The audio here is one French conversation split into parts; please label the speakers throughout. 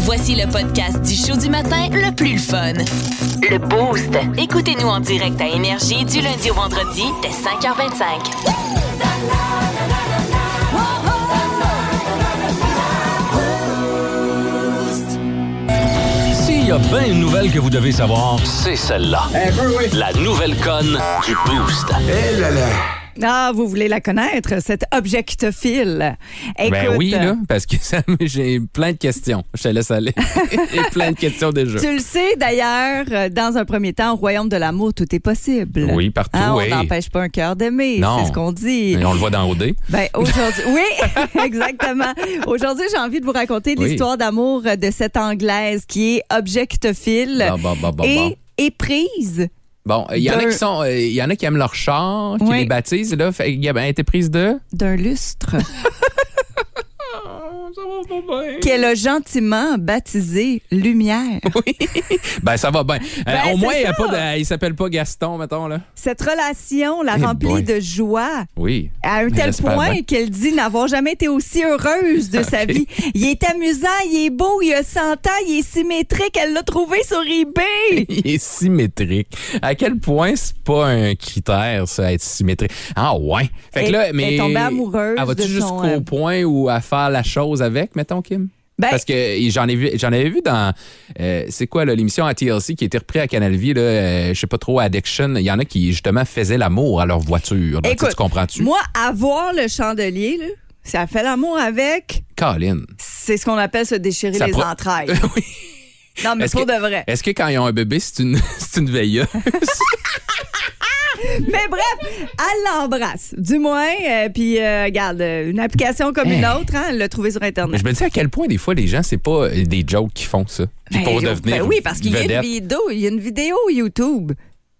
Speaker 1: Voici le podcast du show du matin le plus fun. Le Boost. Écoutez-nous en direct à Énergie du lundi au vendredi dès 5h25.
Speaker 2: S'il y a bien une nouvelle que vous devez savoir, c'est celle-là. La nouvelle conne du Boost.
Speaker 3: Ah, vous voulez la connaître, cette objectophile. Écoute, euh,
Speaker 4: ben oui, là, parce que ça me- j'ai plein de questions. Je te laisse aller. J'ai plein de questions déjà.
Speaker 3: Tu le sais d'ailleurs, euh, dans un premier temps, au royaume de l'amour, tout est possible.
Speaker 4: Oui, partout,
Speaker 3: Hein,
Speaker 4: oui.
Speaker 3: On n'empêche pas un cœur d'aimer,
Speaker 4: Non.
Speaker 3: c'est ce qu'on dit.
Speaker 4: Et on le voit dans OD.
Speaker 3: Ben, aujourd'hui, oui, exactement. Aujourd'hui, j'ai envie de vous raconter
Speaker 4: Oui.
Speaker 3: l'histoire d'amour de cette Anglaise qui est objectophile
Speaker 4: Bon, bon, bon, bon,
Speaker 3: et éprise.
Speaker 4: Bon, il y en a
Speaker 3: Deux.
Speaker 4: qui sont, euh, il y en a qui aiment leur char, qui
Speaker 3: Oui.
Speaker 4: les baptisent, là. Fait, que, ben, elle était prise de.
Speaker 3: d'un lustre
Speaker 4: Ça va pas bien.
Speaker 3: qu'elle a gentiment baptisé Lumière.
Speaker 4: Ben, ça va bien. Euh,
Speaker 3: Ben,
Speaker 4: au moins,
Speaker 3: c'est
Speaker 4: il y a
Speaker 3: ça.
Speaker 4: pas de- il s'appelle pas Gaston, mettons, là.
Speaker 3: Cette relation la
Speaker 4: Eh
Speaker 3: remplit
Speaker 4: boy.
Speaker 3: de joie
Speaker 4: Oui.
Speaker 3: à un tel
Speaker 4: J'espère
Speaker 3: point
Speaker 4: bien.
Speaker 3: qu'elle dit n'avoir jamais été aussi heureuse de sa vie. Il est amusant, il est beau, il a 100 ans, il est symétrique, elle l'a trouvé sur eBay.
Speaker 4: Il est symétrique. À quel point c'est pas un critère, ça, être symétrique? Ah, ouais. Fait que
Speaker 3: Elle-
Speaker 4: là,
Speaker 3: elle
Speaker 4: mais.
Speaker 3: est tombée amoureuse
Speaker 4: Elle
Speaker 3: de
Speaker 4: va-tu
Speaker 3: son,
Speaker 4: jusqu'au
Speaker 3: euh,
Speaker 4: point où à faire la chose avec, mettons, Kim?
Speaker 3: Ben-
Speaker 4: Parce que j'en ai vu, j'en avais vu dans, euh, c'est quoi, là, l'émission à TLC qui était reprise à Canal Vie, là, euh, je sais pas trop, Addiction. Il y en a qui, justement, faisaient l'amour à leur voiture. Donc, Ben, tu- tu comprends-tu?
Speaker 3: moi, avoir le chandelier, là, ça fait l'amour avec,
Speaker 4: Colin.
Speaker 3: c'est ce qu'on appelle se déchirer
Speaker 4: Ça
Speaker 3: les
Speaker 4: pro-
Speaker 3: entrailles.
Speaker 4: Oui.
Speaker 3: Non, mais
Speaker 4: Est-ce
Speaker 3: pour
Speaker 4: que-
Speaker 3: de vrai.
Speaker 4: Est-ce que quand ils ont un bébé, c'est une, c'est une veilleuse?
Speaker 3: Mais bref, elle l'embrasse. Du moins, euh, puis euh, regarde, euh, une application comme une
Speaker 4: Hey.
Speaker 3: autre, hein, elle l'a trouvée sur
Speaker 4: Mais
Speaker 3: Internet.
Speaker 4: je me dis à quel point des fois les gens, c'est pas euh, des jokes qui font ça. Puis
Speaker 3: Ben,
Speaker 4: pour
Speaker 3: ben
Speaker 4: devenir
Speaker 3: oui, parce qu'il y a une
Speaker 4: vedette.
Speaker 3: vidéo, il y a une vidéo YouTube.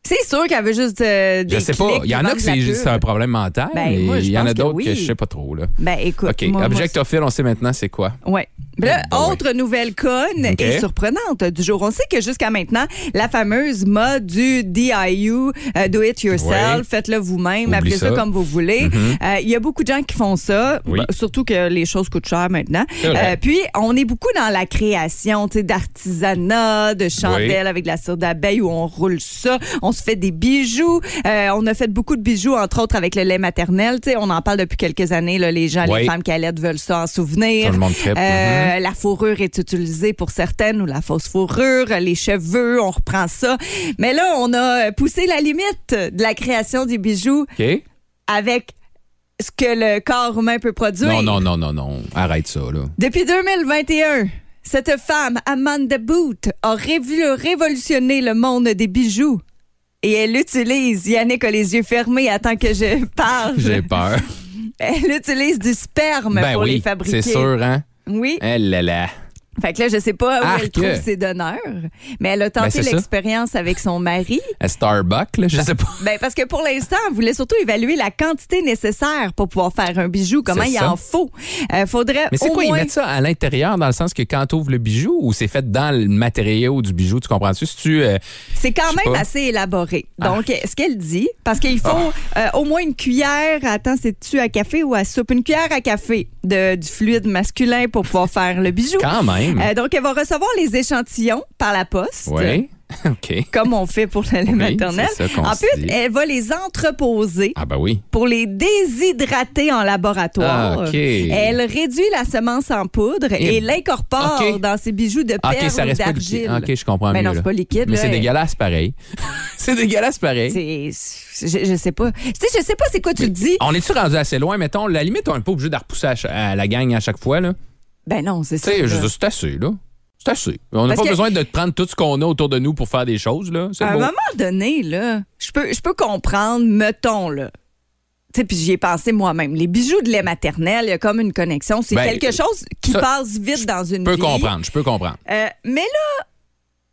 Speaker 3: C'est sûr qu'elle veut juste euh, des
Speaker 4: Je sais pas.
Speaker 3: clics
Speaker 4: Il y
Speaker 3: qui
Speaker 4: en a
Speaker 3: vendent
Speaker 4: que
Speaker 3: de la
Speaker 4: c'est
Speaker 3: pub.
Speaker 4: c'est un problème mental.
Speaker 3: Ben,
Speaker 4: mais
Speaker 3: moi, je
Speaker 4: il y en
Speaker 3: pense
Speaker 4: a
Speaker 3: que
Speaker 4: d'autres que,
Speaker 3: oui.
Speaker 4: je sais pas trop. Là.
Speaker 3: Ben écoute,
Speaker 4: OK.
Speaker 3: moi, moi,
Speaker 4: Objectophile, on sait maintenant c'est quoi.
Speaker 3: Ouais. Là,
Speaker 4: Ben ouais.
Speaker 3: autre nouvelle conne
Speaker 4: OK.
Speaker 3: et surprenante du jour. On sait que jusqu'à maintenant, la fameuse mode du DIU, euh, do it yourself,
Speaker 4: Ouais.
Speaker 3: faites-le vous-même,
Speaker 4: Oublie
Speaker 3: appelez ça.
Speaker 4: ça. Mm-hmm.
Speaker 3: comme vous voulez. Euh, Il y a beaucoup de gens qui font ça,
Speaker 4: Oui.
Speaker 3: bah, surtout que les choses coûtent cher maintenant. Euh,
Speaker 4: C'est vrai.
Speaker 3: puis, on est beaucoup dans la création, tu sais, d'artisanat, de chandelles avec de la cire d'abeille où on roule ça, on se fait des bijoux. Euh, on a fait beaucoup de bijoux, entre autres avec le lait maternel. Tu sais, on en parle depuis quelques années, là, les gens, les
Speaker 4: Oui.
Speaker 3: femmes qui allaitent veulent ça en souvenir.
Speaker 4: Tout le monde Mm-hmm. trippe,
Speaker 3: Euh, La fourrure est utilisée pour certaines ou la fausse fourrure, les cheveux, on reprend ça. Mais là, on a poussé la limite de la création des bijoux
Speaker 4: OK?
Speaker 3: avec ce que le corps humain peut produire.
Speaker 4: Non, non, non, non, non. Arrête ça, là.
Speaker 3: Depuis 2021, cette femme, Amanda Boot, a révu- révolutionné le monde des bijoux. Et elle utilise, Yannick a les yeux fermés, attends que je parle.
Speaker 4: J'ai peur.
Speaker 3: Elle utilise du sperme
Speaker 4: ben
Speaker 3: pour les
Speaker 4: oui,
Speaker 3: fabriquer.
Speaker 4: c'est sûr, hein?
Speaker 3: Oui.
Speaker 4: Eh là là.
Speaker 3: Fait que là, je sais pas où elle
Speaker 4: Arc.
Speaker 3: trouve ses donneurs, mais elle a tenté
Speaker 4: Ben, c'est ça.
Speaker 3: l'expérience avec son mari.
Speaker 4: À Starbucks, là, je sais pas.
Speaker 3: Ben, parce que pour l'instant, elle voulait surtout évaluer la quantité nécessaire pour pouvoir faire un bijou, comment
Speaker 4: C'est
Speaker 3: il
Speaker 4: ça.
Speaker 3: en faut. Euh, faudrait
Speaker 4: Mais c'est
Speaker 3: au
Speaker 4: quoi,
Speaker 3: moins...
Speaker 4: ils mettent ça à l'intérieur dans le sens que quand t'ouvres le bijou ou c'est fait dans le matériau du bijou, tu comprends-tu? Si tu. euh,
Speaker 3: C'est quand
Speaker 4: Je sais
Speaker 3: même
Speaker 4: pas.
Speaker 3: assez élaboré. Donc, ce qu'elle dit, parce qu'il faut
Speaker 4: Ah.
Speaker 3: euh, au moins une cuillère, attends, c'est-tu à café ou à soupe? Une cuillère à café de, du fluide masculin pour pouvoir faire le bijou.
Speaker 4: quand même.
Speaker 3: Euh, donc, elle va recevoir les échantillons par la poste.
Speaker 4: oui. OK.
Speaker 3: Comme on fait pour le lait
Speaker 4: Oui,
Speaker 3: maternel.
Speaker 4: c'est ça qu'on
Speaker 3: en
Speaker 4: se
Speaker 3: plus,
Speaker 4: dit.
Speaker 3: elle va les entreposer
Speaker 4: Ah, ben oui.
Speaker 3: pour les déshydrater en laboratoire.
Speaker 4: Ah, OK.
Speaker 3: Elle réduit la semence en poudre et,
Speaker 4: Et-
Speaker 3: l'incorpore
Speaker 4: OK.
Speaker 3: dans ses bijoux de
Speaker 4: Ah,
Speaker 3: perles
Speaker 4: OK, ça
Speaker 3: ou
Speaker 4: reste pas
Speaker 3: d'argile.
Speaker 4: liquide. OK, je comprends
Speaker 3: Mais
Speaker 4: mieux,
Speaker 3: non, c'est
Speaker 4: là.
Speaker 3: pas liquide.
Speaker 4: Mais
Speaker 3: là.
Speaker 4: c'est dégueulasse pareil. c'est dégueulasse pareil.
Speaker 3: C'est- c'est- Je, je sais pas. Tu sais, je sais pas c'est quoi tu dis.
Speaker 4: On est-tu rendu assez loin, mettons? La limite, on n'est pas obligé de la repousser à, ch- à la gang à chaque fois, là.
Speaker 3: Ben non, c'est
Speaker 4: Tu
Speaker 3: ça.
Speaker 4: sais, je
Speaker 3: là.
Speaker 4: veux dire, c'est assez, là. C'est assez. On n'a
Speaker 3: Parce
Speaker 4: pas
Speaker 3: que-
Speaker 4: besoin de prendre tout ce qu'on a autour de nous pour faire des choses, là. C'est
Speaker 3: À un
Speaker 4: beau.
Speaker 3: moment donné, là, je peux, je peux comprendre, mettons, là. Tu sais, puis j'y ai pensé moi-même. Les bijoux de lait maternel, il y a comme une connexion. C'est
Speaker 4: Ben,
Speaker 3: quelque chose qui
Speaker 4: ça,
Speaker 3: passe vite dans une
Speaker 4: Je peux
Speaker 3: vie.
Speaker 4: comprendre, je peux comprendre.
Speaker 3: Euh, mais là,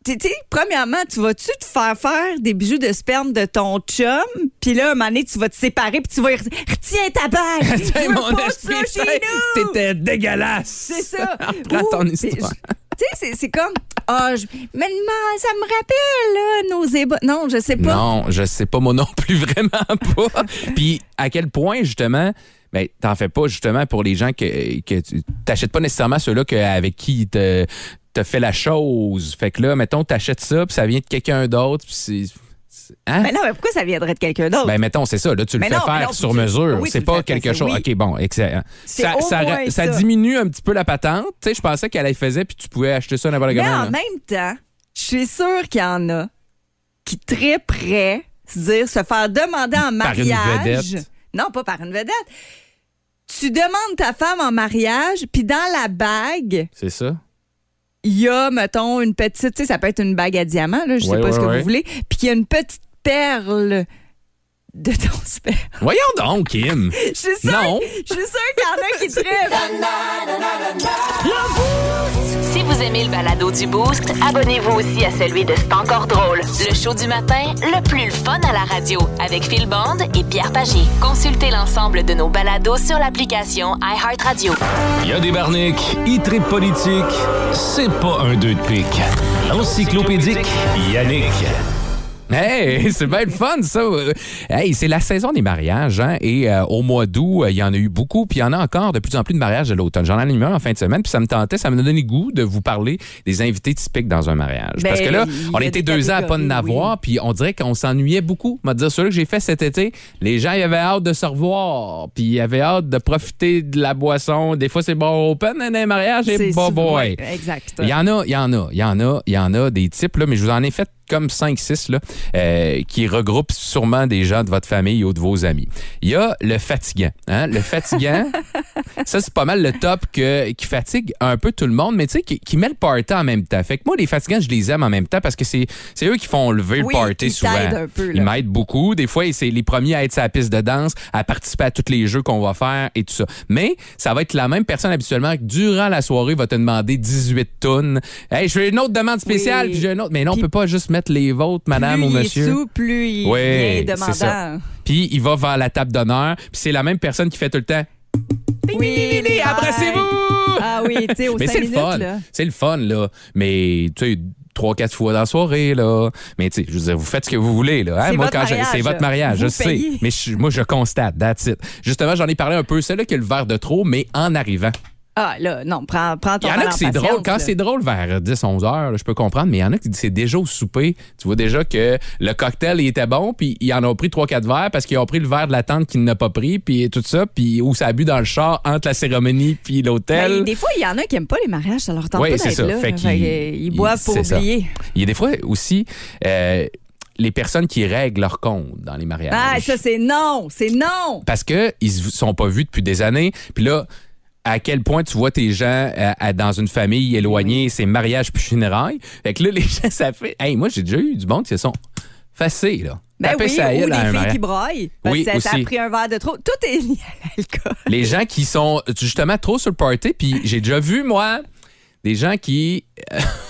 Speaker 3: tu tu sais, premièrement, tu vas-tu te faire faire des bijoux de sperme de ton chum, puis là, un moment donné, tu vas te séparer, puis tu vas y re- retiens ta bague. Je
Speaker 4: Hey,
Speaker 3: veux
Speaker 4: mon
Speaker 3: pas ça
Speaker 4: esprit
Speaker 3: chez
Speaker 4: sain,
Speaker 3: nous.
Speaker 4: T'étais dégueulasse.
Speaker 3: C'est ça.
Speaker 4: Apprends ton
Speaker 3: Ou-
Speaker 4: histoire.
Speaker 3: puis je- Tu sais, c'est- c'est comme, ah, je- mais non, ça me rappelle, là, nos ébats. Non, je sais pas.
Speaker 4: Non, je sais pas moi non plus vraiment pas. Puis à quel point justement ben, t'en fais pas justement pour les gens que, que tu t'achètes pas nécessairement ceux-là que- avec qui te, te fait la chose. Fait que là, mettons, t'achètes ça, puis ça vient de quelqu'un d'autre, puis c'est. c'est- Hein?
Speaker 3: Mais non, mais pourquoi ça viendrait de quelqu'un d'autre?
Speaker 4: Ben, mettons, c'est ça. Là, tu le
Speaker 3: Mais
Speaker 4: fais
Speaker 3: non, mais
Speaker 4: faire
Speaker 3: non,
Speaker 4: sur
Speaker 3: tu-
Speaker 4: mesure.
Speaker 3: oui,
Speaker 4: c'est
Speaker 3: tu le
Speaker 4: pas
Speaker 3: fais
Speaker 4: quelque
Speaker 3: faire,
Speaker 4: chose.
Speaker 3: oui.
Speaker 4: OK, bon, excellent.
Speaker 3: C'est
Speaker 4: Ça,
Speaker 3: au
Speaker 4: ça,
Speaker 3: moins
Speaker 4: ra- ça
Speaker 3: ça.
Speaker 4: diminue un petit peu la patente. Tu sais, je pensais qu'elle la faisait, puis tu pouvais acheter ça n'importe
Speaker 3: mais
Speaker 4: comment.
Speaker 3: en
Speaker 4: là.
Speaker 3: même temps, je suis sûre qu'il y en a qui très près se dire se faire demander en
Speaker 4: Par une
Speaker 3: mariage.
Speaker 4: vedette.
Speaker 3: Non, pas par une vedette. Tu demandes ta femme en mariage, puis dans la bague,
Speaker 4: C'est ça?
Speaker 3: il y a, mettons, une petite, tu sais, ça peut être une bague à diamant, là, je
Speaker 4: Ouais,
Speaker 3: sais pas
Speaker 4: ouais,
Speaker 3: ce que
Speaker 4: ouais.
Speaker 3: vous voulez, puis il y a une petite perle de ton sperme.
Speaker 4: Voyons donc, Kim.
Speaker 3: Je suis sûre,
Speaker 4: Non.
Speaker 3: je suis sûre qu'il y en a qui trippent.
Speaker 1: Si vous aimez le balado du Boost, abonnez-vous aussi à celui de C'est encore drôle. Le show du matin, le plus le fun à la radio, avec Phil Bond et Pierre Pagé. Consultez l'ensemble de nos balados sur l'application iHeartRadio.
Speaker 2: Il y a des barniques, e-trip politique, c'est pas un deux de pique. L'encyclopédique Yannick.
Speaker 4: Hey, c'est bien le fun, ça. Euh, Hey, c'est la saison des mariages, hein? Et euh, au mois d'août, euh, il y en a eu beaucoup, puis il y en a encore de plus en plus de mariages de l'automne. J'en ai animé un en fin de semaine, puis ça me tentait, ça me donnait goût de vous parler des invités typiques dans un mariage.
Speaker 3: Ben,
Speaker 4: Parce que là,
Speaker 3: il y
Speaker 4: on
Speaker 3: a
Speaker 4: était
Speaker 3: des
Speaker 4: deux ans à pas
Speaker 3: catégories,
Speaker 4: en avoir, puis on dirait qu'on s'ennuyait beaucoup. M'a dire celui que j'ai fait cet été, les gens ils avaient hâte de se revoir, puis ils avaient hâte de profiter de la boisson. Des fois, c'est bon open, hein, dans les mariages, et bon
Speaker 3: souvent-
Speaker 4: boy.
Speaker 3: Exact.
Speaker 4: Il y en a, il y en a, il y en a, il y en a des types, là, mais je vous en ai fait comme 5-6 là, euh, qui regroupent sûrement des gens de votre famille ou de vos amis. Il y a le fatigant. Hein? Le fatigant, ça, c'est pas mal le top que, qui fatigue un peu tout le monde, mais tu sais, qui, qui met le party en même temps. Fait que moi, les fatigants, je les aime en même temps parce que c'est c'est eux qui font lever
Speaker 3: Oui,
Speaker 4: le party
Speaker 3: ils
Speaker 4: souvent.
Speaker 3: t'aident un peu, là.
Speaker 4: Ils m'aident beaucoup. Des fois, c'est les premiers à être sur la piste de danse, à participer à tous les jeux qu'on va faire et tout ça. Mais ça va être la même personne habituellement qui, durant la soirée, va te demander 18 tonnes. Hey, je fais une autre demande spéciale,
Speaker 3: Oui.
Speaker 4: puis j'ai une autre. Mais non, on
Speaker 3: Puis
Speaker 4: peut pas juste mettre les vôtres, madame
Speaker 3: plus
Speaker 4: ou
Speaker 3: il est
Speaker 4: monsieur.
Speaker 3: sous, plus il
Speaker 4: Ouais,
Speaker 3: est
Speaker 4: c'est ça.
Speaker 3: demandant.
Speaker 4: Puis il va vers la table d'honneur, puis c'est la même personne qui fait tout le temps.
Speaker 3: Oui,
Speaker 4: Hey,
Speaker 3: bye.
Speaker 4: Abracez-vous!
Speaker 3: Ah oui, tu sais, aux
Speaker 4: Mais
Speaker 3: cinq
Speaker 4: c'est le
Speaker 3: minutes,
Speaker 4: fun.
Speaker 3: là.
Speaker 4: C'est le fun, là. Mais, tu sais, trois, quatre fois dans la soirée, là. Mais, tu sais, je veux dire, vous faites ce que vous voulez, là. hein,
Speaker 3: C'est
Speaker 4: moi,
Speaker 3: votre
Speaker 4: quand je-
Speaker 3: mariage.
Speaker 4: c'est votre mariage,
Speaker 3: Vous
Speaker 4: je sais.
Speaker 3: payez.
Speaker 4: Mais je- moi, je constate, that's it. Justement, j'en ai parlé un peu. Celle-là qui a le verre de trop, mais en arrivant.
Speaker 3: Ah, là, non, prends, prends
Speaker 4: Il
Speaker 3: ton
Speaker 4: y en a
Speaker 3: mal
Speaker 4: que c'est
Speaker 3: patience,
Speaker 4: drôle. Quand
Speaker 3: là.
Speaker 4: c'est drôle vers 10, 11 heures, là, je peux comprendre, mais il y en a qui disent c'est déjà au souper. Tu vois déjà que le cocktail, il était bon, puis ils en ont pris 3-4 verres parce qu'ils ont pris le verre de la tante qu'ils n'a pas pris, puis tout ça, puis où ça a bu dans le char entre la cérémonie puis l'hôtel.
Speaker 3: Mais Ben, des fois, il y en a qui n'aiment pas les mariages, ça leur tente
Speaker 4: Oui,
Speaker 3: pas
Speaker 4: c'est
Speaker 3: d'être
Speaker 4: ça.
Speaker 3: là.
Speaker 4: Fait
Speaker 3: là.
Speaker 4: qu'ils-
Speaker 3: Fait que, ils boivent pour
Speaker 4: c'est ça.
Speaker 3: oublier.
Speaker 4: Il y a des fois aussi euh, les personnes qui règlent leur compte dans les mariages.
Speaker 3: Ah, ça, c'est non, c'est non.
Speaker 4: Parce que ils se sont pas vus depuis des années. Puis là, à quel point tu vois tes gens euh, à- dans une famille éloignée, c'est mariage puis funérailles. Fait que là, les gens, ça fait. Hey, moi, j'ai déjà eu du monde qui se sont facés, là.
Speaker 3: Ben
Speaker 4: Taper
Speaker 3: oui,
Speaker 4: sa
Speaker 3: ou
Speaker 4: gueule à
Speaker 3: les
Speaker 4: un
Speaker 3: filles
Speaker 4: mariage.
Speaker 3: qui braillent. Parce
Speaker 4: Oui,
Speaker 3: que ça, ça
Speaker 4: aussi.
Speaker 3: a pris un verre de trop. Tout est lié à l'alcool.
Speaker 4: les gens qui sont justement trop sur le party, puis j'ai déjà vu, moi, des gens qui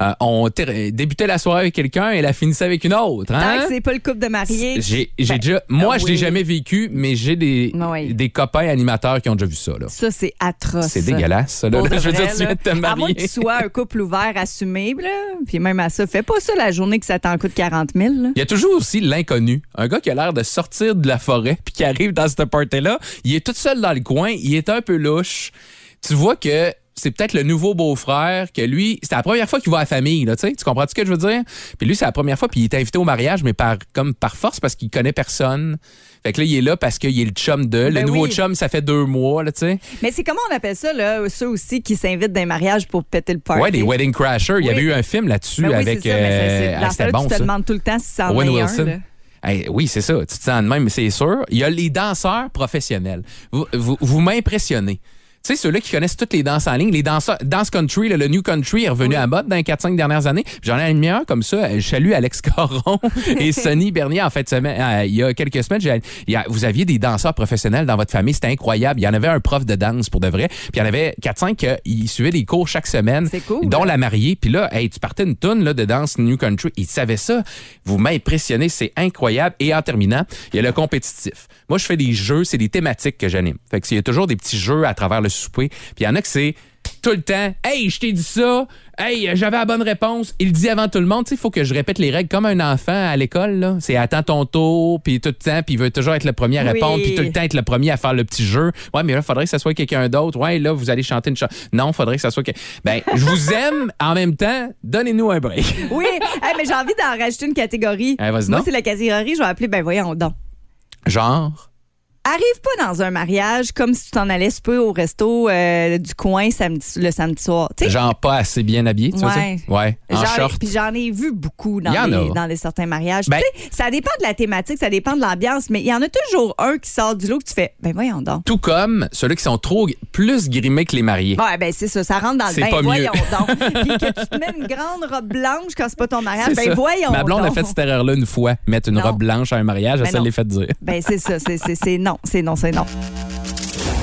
Speaker 4: euh, ont ter- débuté la soirée avec quelqu'un et la finissaient avec une autre.
Speaker 3: Tant
Speaker 4: Hein?
Speaker 3: que c'est pas le couple de mariés.
Speaker 4: J'ai j'ai déjà, moi,
Speaker 3: ah
Speaker 4: je l'ai
Speaker 3: oui. Ah
Speaker 4: jamais vécu, mais j'ai des,
Speaker 3: Oui.
Speaker 4: des copains animateurs qui ont déjà vu ça. là.
Speaker 3: Ça, c'est atroce.
Speaker 4: C'est déguelasse, ça. Là,
Speaker 3: Pour de
Speaker 4: je veux
Speaker 3: vrai,
Speaker 4: dire, tu viens
Speaker 3: là.
Speaker 4: de te
Speaker 3: À moins
Speaker 4: marier.
Speaker 3: que tu sois un couple ouvert, assumé, là. Puis même à ça, fais pas ça la journée que ça t'en coûte 40 000. là.
Speaker 4: Il y a toujours aussi l'inconnu. Un gars qui a l'air de sortir de la forêt puis qui arrive dans cette party-là, il est tout seul dans le coin, il est un peu louche. Tu vois que c'est peut-être le nouveau beau-frère que lui, c'est la première fois qu'il voit la famille, là, tu sais. Tu comprends ce que je veux dire? Puis lui, c'est la première fois, puis il est invité au mariage, mais par, comme par force parce qu'il connaît personne. Fait que là, il est là parce qu'il est le chum de. Le
Speaker 3: Ben
Speaker 4: nouveau
Speaker 3: oui.
Speaker 4: chum, ça fait deux mois, là, tu sais.
Speaker 3: Mais c'est comment on appelle ça, là, ceux aussi qui s'invitent dans les mariages pour péter le party?
Speaker 4: Ouais, des Wedding Crashers. Il y
Speaker 3: Oui.
Speaker 4: avait eu un film là-dessus
Speaker 3: Ben oui,
Speaker 4: avec.
Speaker 3: c'est ça, mais c'est-
Speaker 4: euh,
Speaker 3: c'est
Speaker 4: ah,
Speaker 3: dans
Speaker 4: c'était
Speaker 3: celle-là que
Speaker 4: bon,
Speaker 3: tu
Speaker 4: ça.
Speaker 3: te demandes tout le temps si ça en
Speaker 4: Owen
Speaker 3: est un,
Speaker 4: Wilson.
Speaker 3: là.
Speaker 4: Hey, oui, c'est ça. Tu te sens de même, c'est sûr. Il y a les danseurs professionnels. Vous, vous, vous m'impressionnez. Tu sais, ceux-là qui connaissent toutes les danses en ligne, les danseurs, Dance Country, là, le New Country est revenu à mode dans les 4-5 dernières années. J'en ai animé un comme ça. Je salue Alex Caron et Sonny Bernier en fait semaine. euh, il y a quelques semaines, j'ai- il y a- vous aviez des danseurs professionnels dans votre famille. C'était incroyable. Il y en avait un prof de danse pour de vrai. Puis il y en avait 4-5 qui suivaient des cours chaque semaine,
Speaker 3: C'est cool. hein?
Speaker 4: dont la mariée. Puis là, hey, tu partais une tonne de danse New Country. Ils savaient ça. Vous m'impressionnez, c'est incroyable. Et en terminant, il y a le compétitif. Moi, je fais des jeux, c'est des thématiques que j'anime. Fait que il y a toujours des petits jeux à travers le souper. Puis il y en a que c'est tout le temps. Hey, je t'ai dit ça. Hey, j'avais la bonne réponse. Il le dit avant tout le monde. Tu sais, il faut que je répète les règles comme un enfant à l'école. là. C'est attends ton tour, puis tout le temps, puis il veut toujours être le premier à
Speaker 3: Oui.
Speaker 4: répondre, puis tout le temps être le premier à faire le petit jeu. Ouais, mais là, faudrait que ça soit quelqu'un d'autre. Ouais, là, vous allez chanter une chanson. Non, faudrait que ça soit. que- Ben, je vous aime. En même temps, donnez-nous un break.
Speaker 3: Oui, Hey, mais j'ai envie d'en rajouter une catégorie.
Speaker 4: Eh, vas-y
Speaker 3: Moi,
Speaker 4: donc.
Speaker 3: c'est la catégorie, je vais appeler, ben voyons donc.
Speaker 4: Genre.
Speaker 3: Arrive pas dans un mariage comme si tu t'en allais souper au resto euh, du coin samedi, le samedi soir. Tu sais,
Speaker 4: Genre pas assez bien habillé, tu vois ça?
Speaker 3: Ouais.
Speaker 4: Ouais. En
Speaker 3: Genre-
Speaker 4: short.
Speaker 3: Puis j'en ai vu beaucoup dans,
Speaker 4: Il y en
Speaker 3: les,
Speaker 4: a.
Speaker 3: dans les certains mariages.
Speaker 4: Ben-
Speaker 3: Tu sais, ça dépend de la thématique, ça dépend de l'ambiance, mais il y en a toujours un qui sort du lot que tu fais, ben voyons donc.
Speaker 4: Tout comme ceux-là qui sont trop plus grimés que les mariés.
Speaker 3: Ouais, ben c'est ça, ça rentre dans le
Speaker 4: C'est
Speaker 3: bain,
Speaker 4: pas mieux.
Speaker 3: voyons donc. Puis que tu te mets une grande robe blanche quand c'est pas ton mariage,
Speaker 4: C'est
Speaker 3: ben
Speaker 4: ça.
Speaker 3: voyons
Speaker 4: Ma blonde
Speaker 3: donc.
Speaker 4: a fait cette erreur-là une fois, mettre une
Speaker 3: Non.
Speaker 4: robe blanche à un mariage,
Speaker 3: Ben
Speaker 4: elle se
Speaker 3: non.
Speaker 4: l'est fait dire.
Speaker 3: Ben c'est ça, c'est- c'est c'est non, c'est non, c'est non.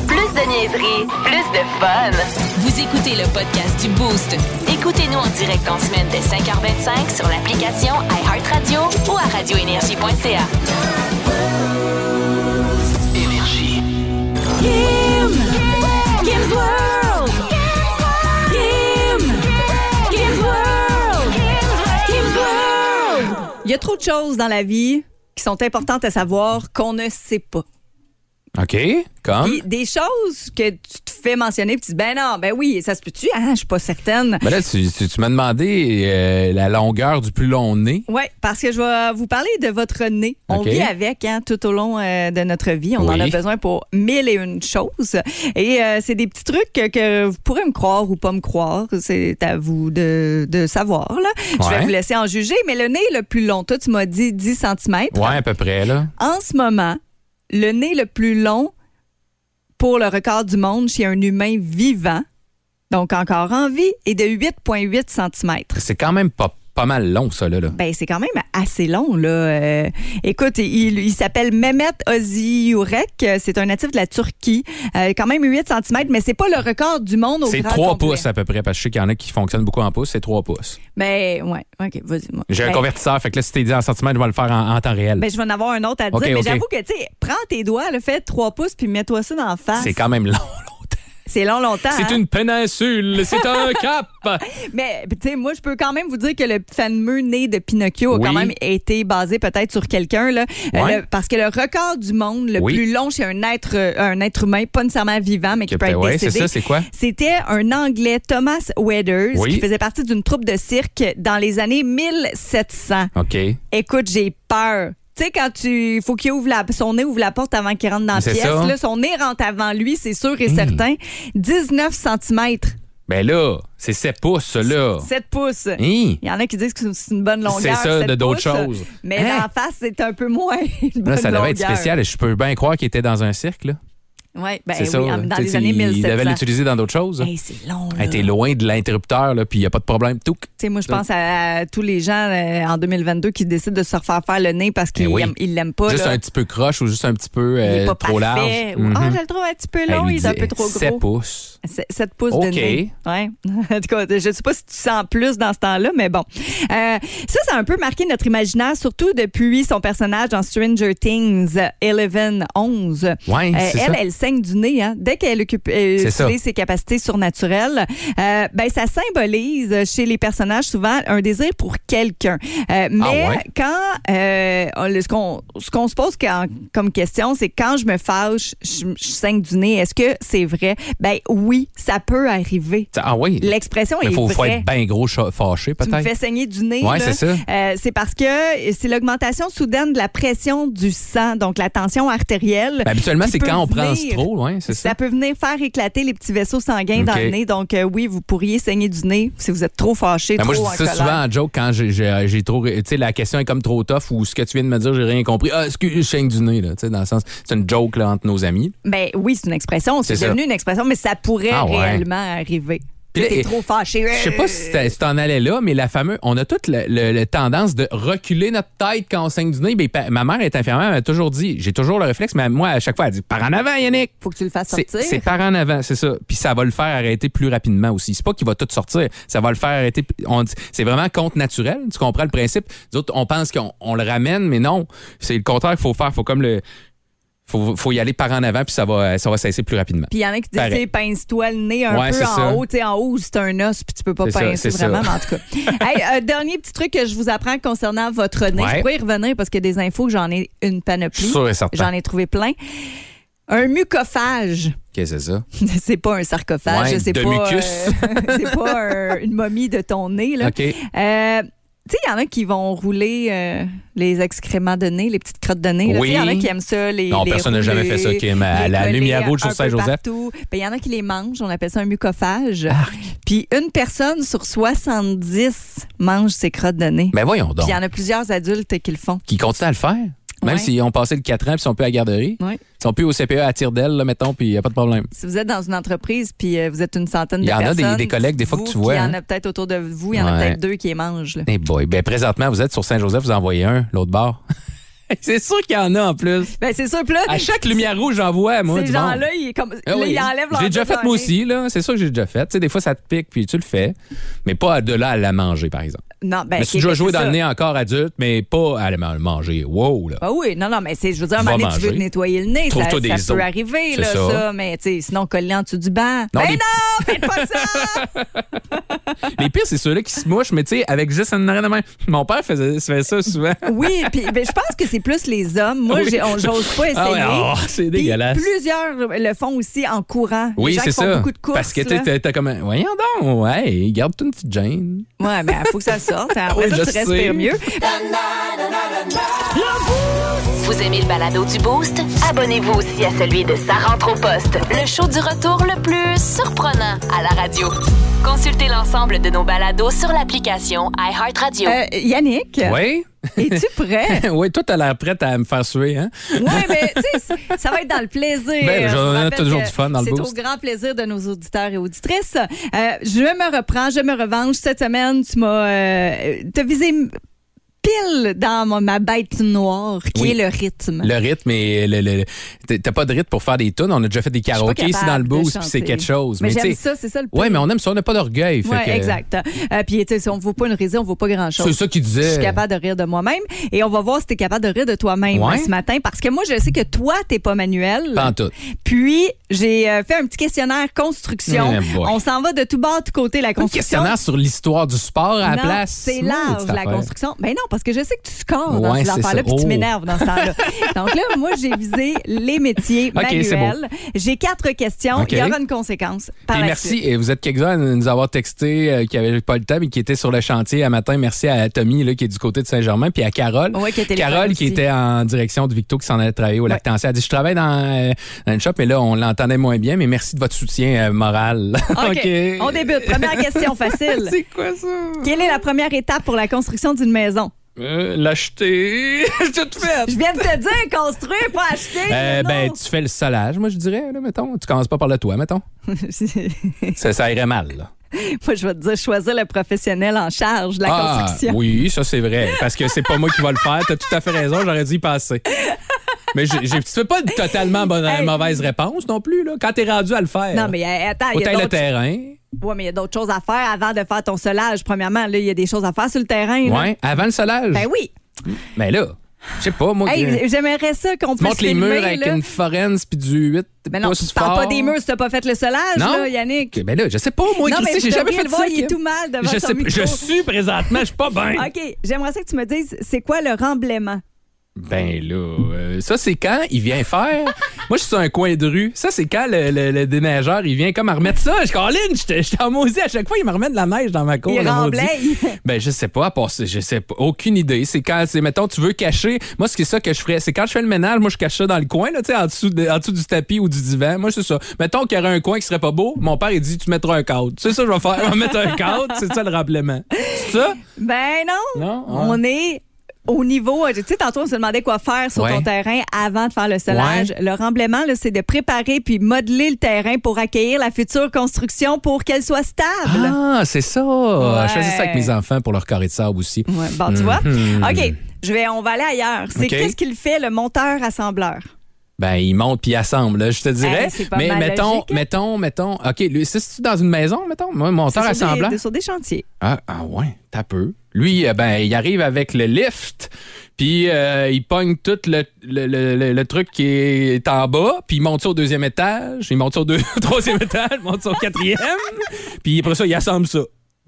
Speaker 1: Plus de niaiserie, plus de fun. Vous écoutez le podcast du Boost. Écoutez-nous en direct en semaine dès 5h25 sur l'application iHeartRadio ou à radioénergie.ca.
Speaker 3: Il y a trop de choses dans la vie qui sont importantes à savoir qu'on ne sait pas.
Speaker 4: OK? Comme?
Speaker 3: Puis des choses que tu te fais mentionner, puis tu dis, ben non, ben oui, ça se peut-tu? Ah, je suis pas certaine.
Speaker 4: Ben là, tu, tu- tu m'as demandé euh, la longueur du plus long nez.
Speaker 3: Oui, parce que je vais vous parler de votre nez. On
Speaker 4: OK.
Speaker 3: vit avec hein, tout au long euh, de notre vie. On en
Speaker 4: Oui.
Speaker 3: a besoin pour mille et une choses. Et euh, c'est des petits trucs que, que vous pourrez me croire ou pas me croire. C'est à vous de, de savoir. Là. Je
Speaker 4: Ouais.
Speaker 3: vais vous laisser en juger. Mais le nez le plus long, toi, tu m'as dit 10 cm.
Speaker 4: Ouais, à peu près, là.
Speaker 3: En ce moment, le nez le plus long pour le record du monde chez un humain vivant, donc encore en vie, est de 8,8 cm.
Speaker 4: C'est quand même pas, pas mal long, ça, là. là.
Speaker 3: Ben, c'est quand même assez long, là. Euh, écoute, il, il s'appelle Mehmet Oziurek. C'est un natif de la Turquie. Euh, quand même 8 cm, mais c'est pas le record du monde au
Speaker 4: C'est
Speaker 3: grand
Speaker 4: 3
Speaker 3: complet.
Speaker 4: pouces hein. à peu près, parce que je sais qu'il y en a qui fonctionnent beaucoup en pouces, c'est 3 pouces.
Speaker 3: Ben, ouais. OK, vas-y, moi.
Speaker 4: J'ai un
Speaker 3: Ben,
Speaker 4: convertisseur, fait que là, si t'es dit en centimètres, je vais le faire en, en temps réel.
Speaker 3: ben, je vais en avoir un autre à dire,
Speaker 4: OK,
Speaker 3: mais
Speaker 4: OK.
Speaker 3: j'avoue que, tu sais, prends tes doigts, le fais 3 pouces, puis mets-toi ça dans la face.
Speaker 4: c'est quand même long.
Speaker 3: C'est long, longtemps.
Speaker 4: C'est
Speaker 3: hein.
Speaker 4: une péninsule, c'est un cap.
Speaker 3: Mais, tu sais, moi, je peux quand même vous dire que le fameux nez de Pinocchio a
Speaker 4: Oui.
Speaker 3: quand même été basé peut-être sur quelqu'un, là. Euh,
Speaker 4: Ouais.
Speaker 3: le- parce que le record du monde le
Speaker 4: Oui.
Speaker 3: plus long chez un être, euh, un être humain, pas nécessairement vivant, mais qui peut être
Speaker 4: ouais, c'est
Speaker 3: décédé.
Speaker 4: ça, c'est quoi?
Speaker 3: C'était un Anglais, Thomas Weathers,
Speaker 4: Oui.
Speaker 3: qui faisait partie d'une troupe de cirque dans les années 1700.
Speaker 4: OK.
Speaker 3: Écoute, j'ai peur. Tu sais, quand tu. faut qu'il ouvre la, son nez ouvre la porte avant qu'il rentre dans la
Speaker 4: C'est
Speaker 3: pièce,
Speaker 4: ça. Hmm.
Speaker 3: là, son nez rentre avant lui, c'est sûr et certain. 19 cm,
Speaker 4: Ben là, c'est 7 pouces, ça, là.
Speaker 3: 7 pouces.
Speaker 4: Hein?
Speaker 3: Il y en a qui disent que c'est une bonne longueur.
Speaker 4: C'est ça,
Speaker 3: sept
Speaker 4: de d'autres
Speaker 3: pouces,
Speaker 4: choses.
Speaker 3: Mais
Speaker 4: Hein?
Speaker 3: dans la face, c'est un peu moins. Une bonne
Speaker 4: Là, ça devait être
Speaker 3: longueur.
Speaker 4: spécial. Je peux bien croire qu'il était dans un cirque. là.
Speaker 3: Ouais, ben
Speaker 4: c'est
Speaker 3: oui,
Speaker 4: ça.
Speaker 3: en-
Speaker 4: là.
Speaker 3: dans
Speaker 4: Tu
Speaker 3: les
Speaker 4: sais,
Speaker 3: années
Speaker 4: il devait
Speaker 3: 1700.
Speaker 4: l'utiliser dans d'autres choses.
Speaker 3: Hey, c'est long. là.
Speaker 4: Hey, T'es loin de l'interrupteur, là, puis il n'y a pas de problème. Touc.
Speaker 3: Tu sais, moi, je pense à, à tous les gens euh, en 2022 qui décident de se refaire faire le nez parce qu'ils
Speaker 4: Eh oui.
Speaker 3: l'aiment- ils l'aiment pas.
Speaker 4: Juste
Speaker 3: là.
Speaker 4: un petit peu croche ou juste un petit peu
Speaker 3: il
Speaker 4: euh,
Speaker 3: est pas parfait.
Speaker 4: trop large.
Speaker 3: Ou,
Speaker 4: Mhm.
Speaker 3: Ah, je le trouve un petit peu
Speaker 4: Elle
Speaker 3: long,
Speaker 4: lui
Speaker 3: il est un
Speaker 4: dit,
Speaker 3: peu trop
Speaker 4: 7
Speaker 3: gros.
Speaker 4: pouces.
Speaker 3: 7 pouces
Speaker 4: OK.
Speaker 3: de nez. Ouais. en tout cas, je ne sais pas si tu sens plus dans ce temps-là, mais bon. Euh, ça, ça a un peu marqué notre imaginaire, surtout depuis son personnage dans Stranger Things 11-11. Euh,
Speaker 4: Ouais, c'est
Speaker 3: elle,
Speaker 4: ça.
Speaker 3: elle saigne du nez. Hein. Dès qu'elle occupe, euh,
Speaker 4: C'est ça.
Speaker 3: utilise ses capacités surnaturelles, euh, ben, ça symbolise euh, chez les personnages souvent un désir pour quelqu'un. Euh, mais
Speaker 4: Ah ouais?
Speaker 3: quand euh, on- le- ce qu'on ce qu'on se pose quand- comme question, c'est quand je me fâche, je, je saigne du nez. Est-ce que c'est vrai? Ben oui, ça peut arriver.
Speaker 4: Ah oui.
Speaker 3: L'expression est
Speaker 4: Il faut, faut
Speaker 3: vraie
Speaker 4: être bien gros cha- fâché,
Speaker 3: tu me
Speaker 4: peut-être.
Speaker 3: fais saigner du nez. là.
Speaker 4: Ouais, c'est ça.
Speaker 3: Euh, c'est parce que c'est l'augmentation soudaine de la pression du sang, donc la tension artérielle.
Speaker 4: Ben, habituellement,
Speaker 3: qui
Speaker 4: c'est
Speaker 3: peut
Speaker 4: quand on prend
Speaker 3: venir-
Speaker 4: trop, ouais, c'est ça.
Speaker 3: Ça peut venir faire éclater les petits vaisseaux sanguins dans
Speaker 4: OK.
Speaker 3: le nez. Donc, euh, oui, vous pourriez saigner du nez si vous êtes trop fâché,
Speaker 4: Ben,
Speaker 3: trop
Speaker 4: moi, je
Speaker 3: en
Speaker 4: dis ça
Speaker 3: colère.
Speaker 4: souvent en joke quand j'ai- euh, j'ai j'ai trop. Tu sais, la question est comme trop tough ou ce que tu viens de me dire, j'ai rien compris. Ah, excuse, je saigne du nez, là. Tu sais, dans le sens, c'est une joke, là, entre nos amis.
Speaker 3: Ben oui, c'est une expression. C'est
Speaker 4: C'est
Speaker 3: devenu une expression, mais ça pourrait
Speaker 4: Ah ouais.
Speaker 3: réellement arriver.
Speaker 4: Puis là,
Speaker 3: T'es
Speaker 4: et-
Speaker 3: trop fâché. Euh,
Speaker 4: Je sais pas si t'as- si t'en allais là, mais la fameuse, on a toute le- le- la tendance de reculer notre tête quand on saigne du nez. Ben, pa- ma mère est infirmière, elle m'a toujours dit, j'ai toujours le réflexe, mais moi, à chaque fois, elle dit, par en avant, Yannick!
Speaker 3: Faut que tu le fasses
Speaker 4: C'est
Speaker 3: sortir.
Speaker 4: c'est par en avant, c'est ça. Puis ça va le faire arrêter plus rapidement aussi. C'est pas qu'il va tout sortir, ça va le faire arrêter. Puis on dit- C'est vraiment contre naturel. Tu comprends le principe? Nous autres, on pense qu'on on le ramène, mais non. C'est le contraire qu'il faut faire. Faut comme le. faut, faut y aller par en avant, puis ça va, ça va cesser plus rapidement.
Speaker 3: Puis il y en a qui disent, tu sais,
Speaker 4: Pareil.
Speaker 3: pince-toi le nez un
Speaker 4: Ouais,
Speaker 3: peu
Speaker 4: c'est
Speaker 3: en
Speaker 4: ça.
Speaker 3: haut. Tu sais, en haut, c'est un os, puis tu peux pas
Speaker 4: C'est ça,
Speaker 3: pincer
Speaker 4: c'est ça.
Speaker 3: vraiment, mais en tout cas. Hey, euh, dernier petit truc que je vous apprends concernant votre nez.
Speaker 4: Ouais.
Speaker 3: Je pourrais y revenir parce que des infos, j'en ai une
Speaker 4: Je suis
Speaker 3: panoplie.
Speaker 4: sûr et certain.
Speaker 3: J'en ai trouvé plein. Un mucophage.
Speaker 4: Qu'est-ce que c'est ça?
Speaker 3: C'est pas un sarcophage,
Speaker 4: Ouais,
Speaker 3: c'est
Speaker 4: de
Speaker 3: pas, euh,
Speaker 4: mucus.
Speaker 3: c'est pas un- une momie de ton nez. Là.
Speaker 4: OK.
Speaker 3: Euh, tu sais, il y en a qui vont rouler euh, les excréments de nez, les petites crottes de nez. là. Tu sais, Il y en a
Speaker 4: Oui.
Speaker 3: qui aiment ça. Les,
Speaker 4: Non,
Speaker 3: les
Speaker 4: personne n'a jamais
Speaker 3: rouler,
Speaker 4: fait ça, Kim. À
Speaker 3: les
Speaker 4: la
Speaker 3: coller
Speaker 4: lumière rouge sur
Speaker 3: un peu
Speaker 4: Saint-Joseph.
Speaker 3: partout. Ben, Il y en a qui les mangent, on appelle ça un mucophage. Puis une personne sur 70 mange ses crottes de nez.
Speaker 4: Ben voyons
Speaker 3: Puis
Speaker 4: donc.
Speaker 3: il y en a plusieurs adultes qui le font.
Speaker 4: Qui continuent à le faire.
Speaker 3: Ouais.
Speaker 4: Même s'ils ont passé le 4 ans puis ils sont plus à la garderie.
Speaker 3: Ouais.
Speaker 4: Ils sont plus au CPE à tire d'aile, là, mettons, puis il n'y a pas de problème.
Speaker 3: Si vous êtes dans une entreprise puis euh, vous êtes une centaine de
Speaker 4: Il y en
Speaker 3: personnes.
Speaker 4: a des- des collègues, des fois, que
Speaker 3: vous,
Speaker 4: tu vois,
Speaker 3: puis Il y en
Speaker 4: hein.
Speaker 3: a peut-être autour de vous, il y en a
Speaker 4: Ouais.
Speaker 3: peut-être deux qui les mangent. là.
Speaker 4: Eh boy. Ben présentement, vous êtes sur Saint-Joseph, vous envoyez un, l'autre bord. c'est sûr qu'il y en a en plus.
Speaker 3: Ben, c'est sûr. Puis là,
Speaker 4: À chaque lumière rouge, j'en vois, moi.
Speaker 3: ces
Speaker 4: du monde.
Speaker 3: gens-là, ils, comme,
Speaker 4: Ah
Speaker 3: là,
Speaker 4: oui.
Speaker 3: ils enlèvent leur
Speaker 4: J'ai déjà
Speaker 3: doigt
Speaker 4: fait
Speaker 3: dans
Speaker 4: moi
Speaker 3: le nez.
Speaker 4: aussi, là. C'est ça que j'ai déjà fait. Tu sais, des fois, ça te pique, puis tu le fais. Mais pas de là à la manger, par exemple.
Speaker 3: Non, ben,
Speaker 4: Mais
Speaker 3: ok,
Speaker 4: si tu
Speaker 3: ben,
Speaker 4: veux jouer
Speaker 3: c'est
Speaker 4: dans
Speaker 3: ça.
Speaker 4: le nez encore adulte, mais pas à la ma- manger. Wow, là.
Speaker 3: Ah oui, non, non, mais c'est, je veux dire, à un
Speaker 4: Va
Speaker 3: moment donné, tu veux te
Speaker 4: manger.
Speaker 3: nettoyer le nez, ça,
Speaker 4: Trouve-toi des
Speaker 3: ça peut
Speaker 4: os.
Speaker 3: arriver,
Speaker 4: C'est
Speaker 3: là, ça.
Speaker 4: ça.
Speaker 3: mais tu sais, sinon, coller en dessous du banc.
Speaker 4: Non,
Speaker 3: ben
Speaker 4: les-
Speaker 3: non, faites pas ça!
Speaker 4: Les pires, c'est ceux-là qui se mouchent, mais tu sais, avec juste un arrêt de main. Mon père faisait, faisait ça souvent.
Speaker 3: Oui, puis ben, je pense que c'est plus les hommes. Moi,
Speaker 4: Oui.
Speaker 3: j'ai- on j'ose pas essayer.
Speaker 4: Ah ouais, oh, c'est
Speaker 3: Puis
Speaker 4: dégueulasse.
Speaker 3: Plusieurs le font aussi en courant. Les
Speaker 4: Oui,
Speaker 3: gens
Speaker 4: c'est
Speaker 3: qui font
Speaker 4: ça.
Speaker 3: beaucoup de courses,
Speaker 4: Parce que
Speaker 3: là.
Speaker 4: t'as t'as comme un. Voyons donc, ouais, garde-toi une petite gêne.
Speaker 3: Ouais, mais il faut que ça sorte. hein. Après
Speaker 4: Oui,
Speaker 3: ça,
Speaker 4: je
Speaker 3: tu respires
Speaker 4: sais.
Speaker 3: mieux.
Speaker 1: Vous aimez le balado du Boost? Abonnez-vous aussi à celui de Sa rentre au poste, le show du retour le plus surprenant à la radio. Consultez l'ensemble de nos balados sur l'application iHeartRadio.
Speaker 3: Euh, Yannick,
Speaker 4: Oui?
Speaker 3: es-tu prêt?
Speaker 4: oui, toi, t'as l'air prête à me faire suer, hein?
Speaker 3: Oui, mais tu sais, c- ça va être dans le plaisir.
Speaker 4: Ben, j'en
Speaker 3: Je vous
Speaker 4: ai
Speaker 3: rappelle
Speaker 4: toujours
Speaker 3: que
Speaker 4: du fun dans le
Speaker 3: C'est au
Speaker 4: boost.
Speaker 3: grand plaisir de nos auditeurs et auditrices. Euh, je me reprends, je me revanche. Cette semaine, tu m'as euh, t'as visé m- pile dans ma, ma bête noire, qui
Speaker 4: Oui.
Speaker 3: est le rythme.
Speaker 4: Le rythme et le. le- t'as- T'as pas de rythme pour faire des tunes. On a déjà fait des
Speaker 3: Je suis pas
Speaker 4: karaokés ici
Speaker 3: capable
Speaker 4: dans le
Speaker 3: de
Speaker 4: boost, puis
Speaker 3: chanter.
Speaker 4: c'est quelque chose.
Speaker 3: Mais,
Speaker 4: tu
Speaker 3: j'aime
Speaker 4: sais,
Speaker 3: ça, c'est ça le
Speaker 4: Ouais, mais on aime ça, on n'a pas d'orgueil. fait
Speaker 3: Oui,
Speaker 4: que-
Speaker 3: exact. Euh, puis, tu sais, si on ne vaut pas une raison, on ne vaut pas grand-chose.
Speaker 4: C'est ça qu'il disait.
Speaker 3: Je suis capable de rire de moi-même. Et on va voir si tu es capable de rire de toi-même
Speaker 4: Ouais.
Speaker 3: hein, ce matin. Parce que moi, je sais que toi, tu pas manuel.
Speaker 4: Pas en tout.
Speaker 3: Puis, j'ai euh, fait un petit questionnaire construction.
Speaker 4: Eh boy.
Speaker 3: on s'en va de tout bord, de tout côté, la
Speaker 4: Un
Speaker 3: construction.
Speaker 4: questionnaire sur l'histoire du sport à la
Speaker 3: Non,
Speaker 4: place.
Speaker 3: C'est
Speaker 4: Smooth,
Speaker 3: large,
Speaker 4: cette
Speaker 3: la
Speaker 4: affaire.
Speaker 3: construction. Ben non, parce que je sais que tu scores dans
Speaker 4: Ouais,
Speaker 3: ces
Speaker 4: c'est
Speaker 3: affaires-là,
Speaker 4: ça.
Speaker 3: puis tu
Speaker 4: Oh.
Speaker 3: m'énerves dans ce temps-là. Donc là, moi, j'ai visé les métiers
Speaker 4: Ok, c'est beau.
Speaker 3: manuels. J'ai quatre questions.
Speaker 4: Ok.
Speaker 3: Il y aura une conséquence. Par
Speaker 4: Puis
Speaker 3: la
Speaker 4: merci,
Speaker 3: suite.
Speaker 4: et vous êtes quelques-uns à nous avoir texté euh, qui n'avaient pas le temps mais qui étaient sur le chantier à matin. Merci à Tommy là, qui est du côté de Saint-Germain, puis à Carole.
Speaker 3: Ouais, qui était le fun
Speaker 4: Carole qui
Speaker 3: aussi.
Speaker 4: était en direction de Victo qui s'en allait travailler au Lactancier. Elle a dit je travaille dans, euh, dans une shop, mais là on l'entendait moins bien, mais merci de votre soutien euh, moral.
Speaker 3: OK. On débute. Première question facile.
Speaker 4: C'est quoi ça?
Speaker 3: Quelle est la première étape pour la construction d'une maison?
Speaker 4: Euh, L'acheter. Tout fait.
Speaker 3: Je viens de te dire construire, pas acheter.
Speaker 4: Euh,
Speaker 3: non.
Speaker 4: ben, tu fais le solage, moi, je dirais, là, mettons. Tu commences pas par le toit, mettons. Ça, ça irait mal, là.
Speaker 3: Moi, je vais te dire choisir le professionnel en charge de la
Speaker 4: Ah,
Speaker 3: construction.
Speaker 4: oui, ça c'est vrai. Parce que c'est pas moi qui va le faire. T'as tout à fait raison, j'aurais dû y passer. Mais j'ai j'ai- c'est pas une totalement bonne,
Speaker 3: Hey.
Speaker 4: mauvaise réponse non plus, là. Quand t'es rendu à le faire.
Speaker 3: Non, mais euh, attends, il y a
Speaker 4: Autant le
Speaker 3: d'autres-
Speaker 4: terrain.
Speaker 3: Ouais, mais il y a d'autres choses à faire avant de faire ton solage. Premièrement, là, il y a des choses à faire sur le terrain. là.
Speaker 4: Ouais. Avant le solage.
Speaker 3: Ben oui.
Speaker 4: Mais là, je sais pas, moi. que-
Speaker 3: Hey, j'aimerais ça qu'on
Speaker 4: tu
Speaker 3: puisse
Speaker 4: montes les
Speaker 3: filmer,
Speaker 4: murs avec
Speaker 3: là.
Speaker 4: une forense puis du 8
Speaker 3: Mais non, tu
Speaker 4: pouces
Speaker 3: parles
Speaker 4: fort.
Speaker 3: pas des murs si t'as pas fait le solage,
Speaker 4: Non?
Speaker 3: là, Yannick.
Speaker 4: Ok, Ben là, je sais pas, moi,
Speaker 3: non, mais
Speaker 4: Christy, j'ai
Speaker 3: vous
Speaker 4: jamais
Speaker 3: devriez
Speaker 4: fait
Speaker 3: le voir,
Speaker 4: ça.
Speaker 3: il est
Speaker 4: Kim.
Speaker 3: tout mal devant
Speaker 4: je
Speaker 3: son
Speaker 4: sais,
Speaker 3: micro.
Speaker 4: je suis présentement, je suis pas bien.
Speaker 3: OK, j'aimerais ça que tu me dises, c'est quoi le remblaiement?
Speaker 4: Ben là, euh, ça c'est quand il vient faire. Moi, je suis sur un coin de rue. Ça, c'est quand le, le- le déneigeur, il vient comme à remettre ça. Je Colin, je te- je t'en maudis à chaque fois, il me remet de la neige dans ma cour.
Speaker 3: Il
Speaker 4: le maudit.
Speaker 3: remblaye.
Speaker 4: Ben, je sais pas, à part ça, je sais pas. Aucune idée. C'est quand, c'est, mettons, tu veux cacher. Moi, ce qui est ça que je ferais, c'est quand je fais le ménage, moi, je cache ça dans le coin, là, tu sais, en dessous, de- en dessous du tapis ou du divan. Moi, c'est ça. Mettons qu'il y aurait un coin qui serait pas beau. Mon père, il dit, tu mettras un cadre. C'est ça, que je vais faire. Je vais mettre un cadre. C'est ça, le remblaiement. C'est ça?
Speaker 3: Ben non.
Speaker 4: Non, ouais.
Speaker 3: On est au niveau. Tu sais, tantôt, on se demandait quoi faire sur
Speaker 4: Ouais.
Speaker 3: ton terrain avant de faire le solage.
Speaker 4: Ouais.
Speaker 3: Le remblaiement, là, c'est de préparer puis modeler le terrain pour accueillir la future construction pour qu'elle soit stable.
Speaker 4: Ah, c'est ça. Je faisais ça avec mes enfants pour leur carré de sable aussi.
Speaker 3: Ouais, bon, tu vois.
Speaker 4: Mhm.
Speaker 3: OK. Je vais, on va aller ailleurs. C'est
Speaker 4: OK.
Speaker 3: qu'est-ce qu'il fait le monteur assembleur?
Speaker 4: Ben, ils montent puis ils assemblent, là, je te dirais.
Speaker 3: Hey, c'est pas
Speaker 4: Mais
Speaker 3: mal
Speaker 4: mettons,
Speaker 3: logique, hein?
Speaker 4: mettons, mettons. OK, lui, si c'est dans une maison, mettons, moi, monteur
Speaker 3: C'est sur des-
Speaker 4: assemblant.
Speaker 3: sur des chantiers.
Speaker 4: Ah, ah ouais, t'as peu. Lui, euh, ben, il arrive avec le lift, puis euh, il pogne tout le, le, le- le- le truc qui est en bas, puis il monte ça au deuxième étage, il monte ça au, deux- au troisième étage, il monte ça au quatrième, puis après ça, il assemble ça.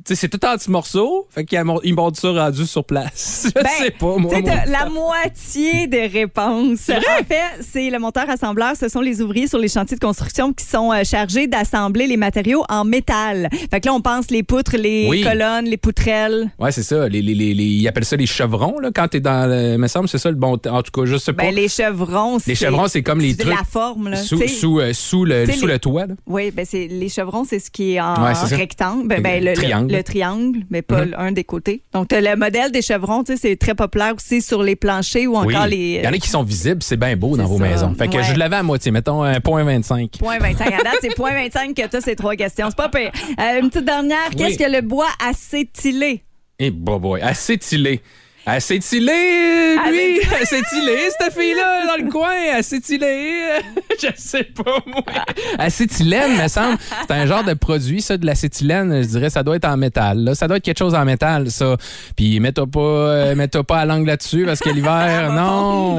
Speaker 4: Tu sais, c'est tout en petits morceaux, fait qu'il amon- il monte ça rendu sur place. Je
Speaker 3: Ben,
Speaker 4: sais pas, moi.
Speaker 3: t'sais,
Speaker 4: mon-
Speaker 3: t'as la moitié des réponses. En fait, c'est le monteur-assembleur. Ce sont les ouvriers sur les chantiers de construction qui sont euh, chargés d'assembler les matériaux en métal. Fait que là, on pense les poutres, les
Speaker 4: Oui. Oh.
Speaker 3: colonnes, les poutrelles.
Speaker 4: Ouais, c'est ça. Les, les, les, les- ils appellent ça les chevrons, là, quand t'es dans le. me semble, c'est ça le bon. t- En tout cas, je sais pas.
Speaker 3: Ben, les chevrons,
Speaker 4: Les chevrons, c'est comme les
Speaker 3: c'est
Speaker 4: trucs
Speaker 3: la forme. Là,
Speaker 4: sous,
Speaker 3: t'sais.
Speaker 4: sous, euh, sous le,
Speaker 3: T'sais,
Speaker 4: sous
Speaker 3: les-
Speaker 4: le toit, là.
Speaker 3: Oui, ben c'est les chevrons, c'est ce qui est en
Speaker 4: Ouais, c'est ça.
Speaker 3: rectangle, ben, ben,
Speaker 4: Le
Speaker 3: le, le-
Speaker 4: triangle. Mm-hmm.
Speaker 3: le triangle, mais pas un des côtés. Donc t'as le modèle des chevrons, tu sais, c'est très populaire aussi sur les planchers ou encore les
Speaker 4: Il y en a qui sont visibles, c'est bien beau dans
Speaker 3: C'est
Speaker 4: vos
Speaker 3: ça.
Speaker 4: maisons. Fait que
Speaker 3: Ouais.
Speaker 4: je l'avais à moitié, mettons un point 25.
Speaker 3: Point 25 à date, c'est point 25 que t'as ces trois questions. C'est pas pire. Euh, une petite dernière.
Speaker 4: Oui.
Speaker 3: Qu'est-ce que le bois acétylé?
Speaker 4: Et Eh, boy, boy, acétylé. Acétylé, lui! Acétylé, cette fille-là, dans le coin! Acétylé! Je sais pas, moi! Acétylène, me semble. C'est un genre de produit, ça, de l'acétylène. Je dirais, ça doit être en métal. Là. Ça doit être quelque chose en métal, ça. Puis, mets-toi pas, euh, mets-toi pas à langue là-dessus, parce que
Speaker 3: Ah,
Speaker 4: l'hiver, non!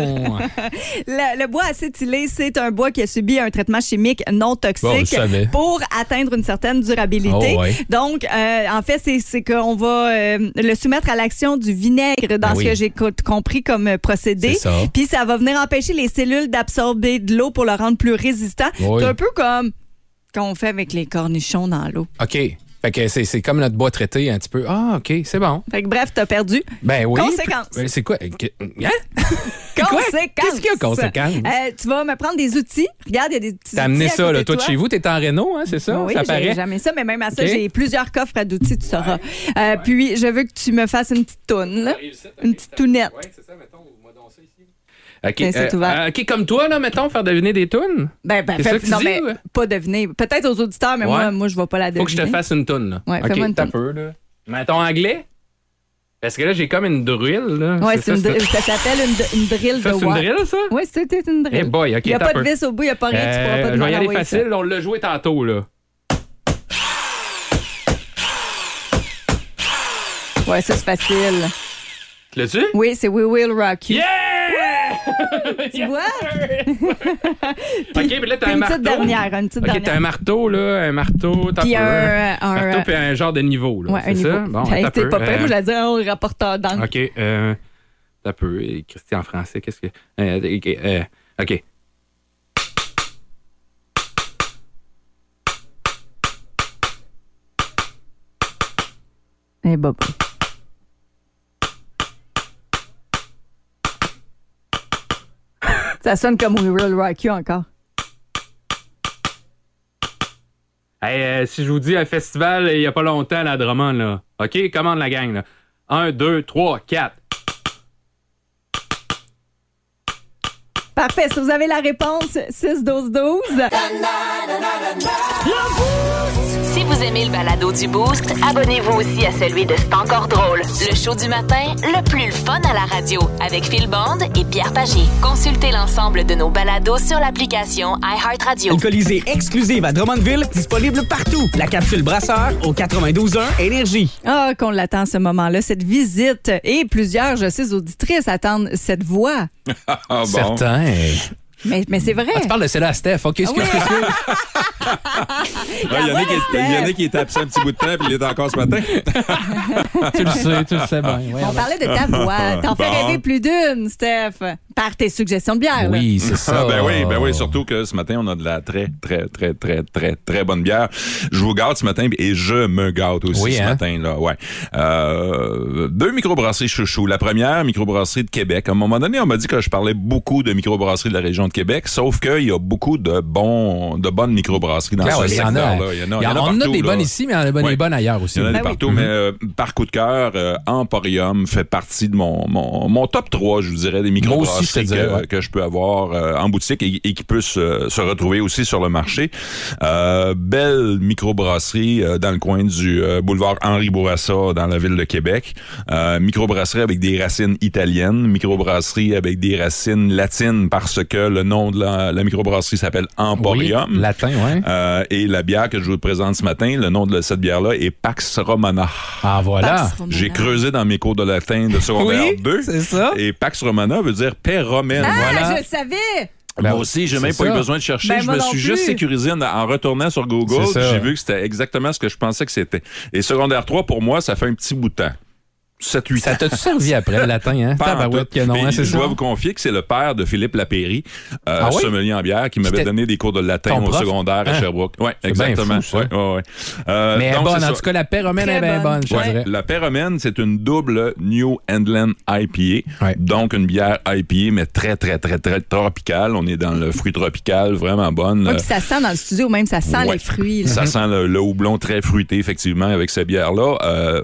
Speaker 3: Le, le bois acétylé, c'est un bois qui a subi un traitement chimique non
Speaker 4: Bon, je
Speaker 3: toxique
Speaker 4: savais.
Speaker 3: pour atteindre une certaine durabilité.
Speaker 4: Oh, ouais.
Speaker 3: Donc, euh, en fait, c'est- c'est qu'on va euh, le soumettre à l'action du vinaigre dans
Speaker 4: Ben
Speaker 3: ce
Speaker 4: oui.
Speaker 3: que j'ai co- compris comme euh, procédé.
Speaker 4: C'est ça.
Speaker 3: Puis ça va venir empêcher les cellules d'absorber de l'eau pour le rendre plus résistant.
Speaker 4: Oui.
Speaker 3: C'est un peu comme qu'on fait avec les cornichons dans l'eau.
Speaker 4: OK. Fait que c'est c'est comme notre bois traité, un petit peu. Ah, OK, c'est bon.
Speaker 3: Fait que bref, t'as perdu.
Speaker 4: Ben oui.
Speaker 3: Conséquence.
Speaker 4: Puis, euh, C'est quoi? Euh, que- Hein?
Speaker 3: Conséquence.
Speaker 4: Qu'est-ce qu'il y a, conséquence?
Speaker 3: Euh, tu vas me prendre des outils. Regarde, il y a des petits
Speaker 4: T'as
Speaker 3: outils
Speaker 4: amené
Speaker 3: à
Speaker 4: ça,
Speaker 3: côté
Speaker 4: là, toi, de
Speaker 3: toi.
Speaker 4: chez vous, t'es en Renault, hein, c'est ça?
Speaker 3: Ben oui,
Speaker 4: ça
Speaker 3: j'ai
Speaker 4: paraît.
Speaker 3: jamais ça, mais même à ça,
Speaker 4: Ok.
Speaker 3: j'ai plusieurs coffres à d'outils, tu sauras. Euh, Puis, je veux que tu me fasses une petite toune, là. Une petite tounette.
Speaker 4: c'est ça, mettons, ici.
Speaker 3: Ben, c'est ouvert.
Speaker 4: OK, comme toi, là, mettons, faire deviner des tunes.
Speaker 3: Ben, ben,
Speaker 4: C'est
Speaker 3: fais-
Speaker 4: ça que tu
Speaker 3: non,
Speaker 4: dis,
Speaker 3: mais
Speaker 4: ouais?
Speaker 3: pas deviner. Peut-être aux auditeurs, mais
Speaker 4: Ouais.
Speaker 3: moi, moi, je vais pas la deviner.
Speaker 4: Faut que je te fasse une tune, là.
Speaker 3: Ouais,
Speaker 4: OK,
Speaker 3: fais-moi une
Speaker 4: t'as
Speaker 3: toune.
Speaker 4: peu, là. Mettons anglais. Parce que là, j'ai comme une drill, là.
Speaker 3: Ouais, c'est une
Speaker 4: ça,
Speaker 3: dr- ça s'appelle une, dr- une drill
Speaker 4: Ça,
Speaker 3: de
Speaker 4: c'est une
Speaker 3: watt.
Speaker 4: drill, ça?
Speaker 3: Oui, c'était une drill.
Speaker 4: Eh boy, OK,
Speaker 3: il n'y a
Speaker 4: t'as
Speaker 3: pas
Speaker 4: peu.
Speaker 3: de vis au bout, il n'y a pas rien, tu pourras
Speaker 4: Euh,
Speaker 3: pas
Speaker 4: je vais y aller
Speaker 3: demander
Speaker 4: facile, on l'a joué tantôt, là.
Speaker 3: Ça. Ouais, ça, c'est facile.
Speaker 4: L'as-tu?
Speaker 3: Oui, c'est We Will Rock You.
Speaker 4: Yeah!
Speaker 3: Tu vois?
Speaker 4: OK, puis là, t'as
Speaker 3: Puis
Speaker 4: un
Speaker 3: une
Speaker 4: marteau.
Speaker 3: petite dernière, une petite
Speaker 4: OK, t'as
Speaker 3: dernière.
Speaker 4: un marteau, là, un marteau, t'as
Speaker 3: Puis
Speaker 4: peur.
Speaker 3: un- un-
Speaker 4: marteau, puis un genre de niveau, là.
Speaker 3: Ouais,
Speaker 4: c'est
Speaker 3: un
Speaker 4: ça?
Speaker 3: niveau.
Speaker 4: Bon,
Speaker 3: Hey,
Speaker 4: t'as
Speaker 3: T'es
Speaker 4: peur.
Speaker 3: pas prêt, moi,
Speaker 4: Euh,
Speaker 3: oh, je l'ai dit au rapporteur d'angle.
Speaker 4: OK. Euh, un peu. Et Christian français, qu'est-ce que. euh, OK. euh, OK.
Speaker 3: Eh, Bob. Ça sonne comme We Will Rock You encore.
Speaker 4: Hey, euh, si je vous dis un festival il n'y a pas longtemps à la Drummond, là. OK? Commande la gang, là. 1, 2, 3, 4.
Speaker 3: Parfait. Si vous avez la réponse, 6-12-12.
Speaker 1: Si vous aimez le balado du Boost, abonnez-vous aussi à celui de C'est encore drôle. Le show du matin, le plus le fun à la radio, avec Phil Bond et Pierre Pagé. Consultez l'ensemble de nos balados sur l'application iHeartRadio.
Speaker 5: Alcoolisée exclusive à Drummondville, disponible partout. La capsule brasseur au 92.1 Énergie.
Speaker 3: Ah, qu'on l'attend ce moment-là, cette visite. Et plusieurs, je sais, auditrices attendent cette voix.
Speaker 6: Ah bon?
Speaker 4: Certain.
Speaker 3: Mais, mais c'est vrai.
Speaker 4: Ah,
Speaker 3: Ah
Speaker 4: Tu Ah, parles de celle à Steph. OK, excuse-moi.
Speaker 6: Ah, Il y en a qui- il y en a qui étaient absents un petit bout de temps, puis il est encore ce matin.
Speaker 4: tu le sais, tu le sais bien.
Speaker 3: On parlait de ta voix. T'en fais
Speaker 6: Bon.
Speaker 3: rêver plus d'une, Steph. Par tes suggestions de bière. là.
Speaker 4: Oui, c'est ça.
Speaker 6: Ah, ben oui, ben oui, surtout que ce matin, on a de la très, très, très, très, très, très bonne bière. Je vous gâte ce matin et je me gâte aussi
Speaker 4: Oui,
Speaker 6: ce
Speaker 4: hein?
Speaker 6: matin, là. Ouais. Euh, deux microbrasseries chouchou. La première, microbrasserie de Québec. À un moment donné, on m'a dit que je parlais beaucoup de microbrasseries de la région de Québec, sauf qu'il y a beaucoup de bons, de bonnes microbrasseries dans
Speaker 4: Ah
Speaker 6: ce
Speaker 4: ouais, il y en a.
Speaker 6: secteur-là. Il y en a, il y en a
Speaker 4: on en a
Speaker 6: partout,
Speaker 4: des
Speaker 6: là.
Speaker 4: bonnes ici, mais on en a des
Speaker 6: Ouais.
Speaker 4: bonnes ailleurs aussi.
Speaker 6: Il y en a des
Speaker 3: Ben oui.
Speaker 6: partout, mais euh, par coup de cœur, euh, Emporium fait partie de mon, mon, mon top 3, je vous dirais, des
Speaker 4: Moi
Speaker 6: microbrasseries.
Speaker 4: aussi, je
Speaker 6: quantité
Speaker 4: je te dirais,
Speaker 6: que,
Speaker 4: ouais.
Speaker 6: que je peux avoir euh, en boutique et, et qui peut se, se retrouver aussi sur le marché. Euh, belle microbrasserie euh, dans le coin du euh, boulevard Henri Bourassa dans la ville de Québec. Euh, microbrasserie avec des racines italiennes, microbrasserie avec des racines latines parce que le nom de la, la microbrasserie s'appelle Emporium.
Speaker 4: Oui, latin, ouais.
Speaker 6: Euh, et la bière que je vous présente ce matin, le nom de cette bière-là est Pax Romana.
Speaker 4: Ah, voilà.
Speaker 3: Pax Romana.
Speaker 6: J'ai creusé dans mes cours de latin de secondaire
Speaker 4: Oui,
Speaker 6: 2.
Speaker 4: c'est ça.
Speaker 6: Et Pax Romana veut dire paix romaine.
Speaker 3: Ah,
Speaker 4: Voilà.
Speaker 3: je le savais!
Speaker 4: Ben,
Speaker 6: moi aussi, j'ai même
Speaker 4: c'est
Speaker 6: pas eu
Speaker 4: ça.
Speaker 6: besoin de chercher.
Speaker 3: Ben,
Speaker 6: je
Speaker 3: moi
Speaker 6: me
Speaker 3: non
Speaker 6: suis
Speaker 3: plus.
Speaker 6: juste sécurisé en, en retournant sur Google.
Speaker 4: C'est ça.
Speaker 6: J'ai vu que c'était exactement ce que je pensais que c'était. Et secondaire 3, pour moi, ça fait un petit bout de temps. 7-8 ans.
Speaker 4: Ça t'a-tu servi après, le latin, hein?
Speaker 6: Pas en
Speaker 4: Tabarouette
Speaker 6: tout.
Speaker 4: que non,
Speaker 6: Puis
Speaker 4: hein, c'est
Speaker 6: je
Speaker 4: ça?
Speaker 6: dois vous confier que c'est le père de Philippe Lapéry, euh,
Speaker 4: Ah oui?
Speaker 6: sommelier en bière, qui m'avait
Speaker 4: C'était
Speaker 6: donné des cours de latin
Speaker 4: ton
Speaker 6: au
Speaker 4: prof?
Speaker 6: secondaire à
Speaker 4: Hein?
Speaker 6: Sherbrooke. Oui,
Speaker 4: C'est
Speaker 6: exactement.
Speaker 4: bien fou, ça.
Speaker 6: Ouais, ouais, ouais. Euh,
Speaker 4: Mais elle est
Speaker 6: donc,
Speaker 4: bonne,
Speaker 6: c'est
Speaker 4: en
Speaker 6: ça.
Speaker 4: tout cas, la paix romaine
Speaker 3: Très
Speaker 4: est bien
Speaker 3: bonne.
Speaker 4: bonne, je te
Speaker 3: Ouais.
Speaker 4: dirais.
Speaker 6: La Perromène, c'est une double New England IPA.
Speaker 4: Ouais.
Speaker 6: Donc, une bière IPA, mais très, très, très, très tropicale. On est dans le fruit tropical, vraiment bonne.
Speaker 3: Moi,
Speaker 6: Euh,
Speaker 3: Oh, puis ça sent dans le studio, même ça sent
Speaker 6: ouais.
Speaker 3: les fruits. là.
Speaker 6: Ça sent le, le houblon très fruité, effectivement, avec cette bière-là. Euh,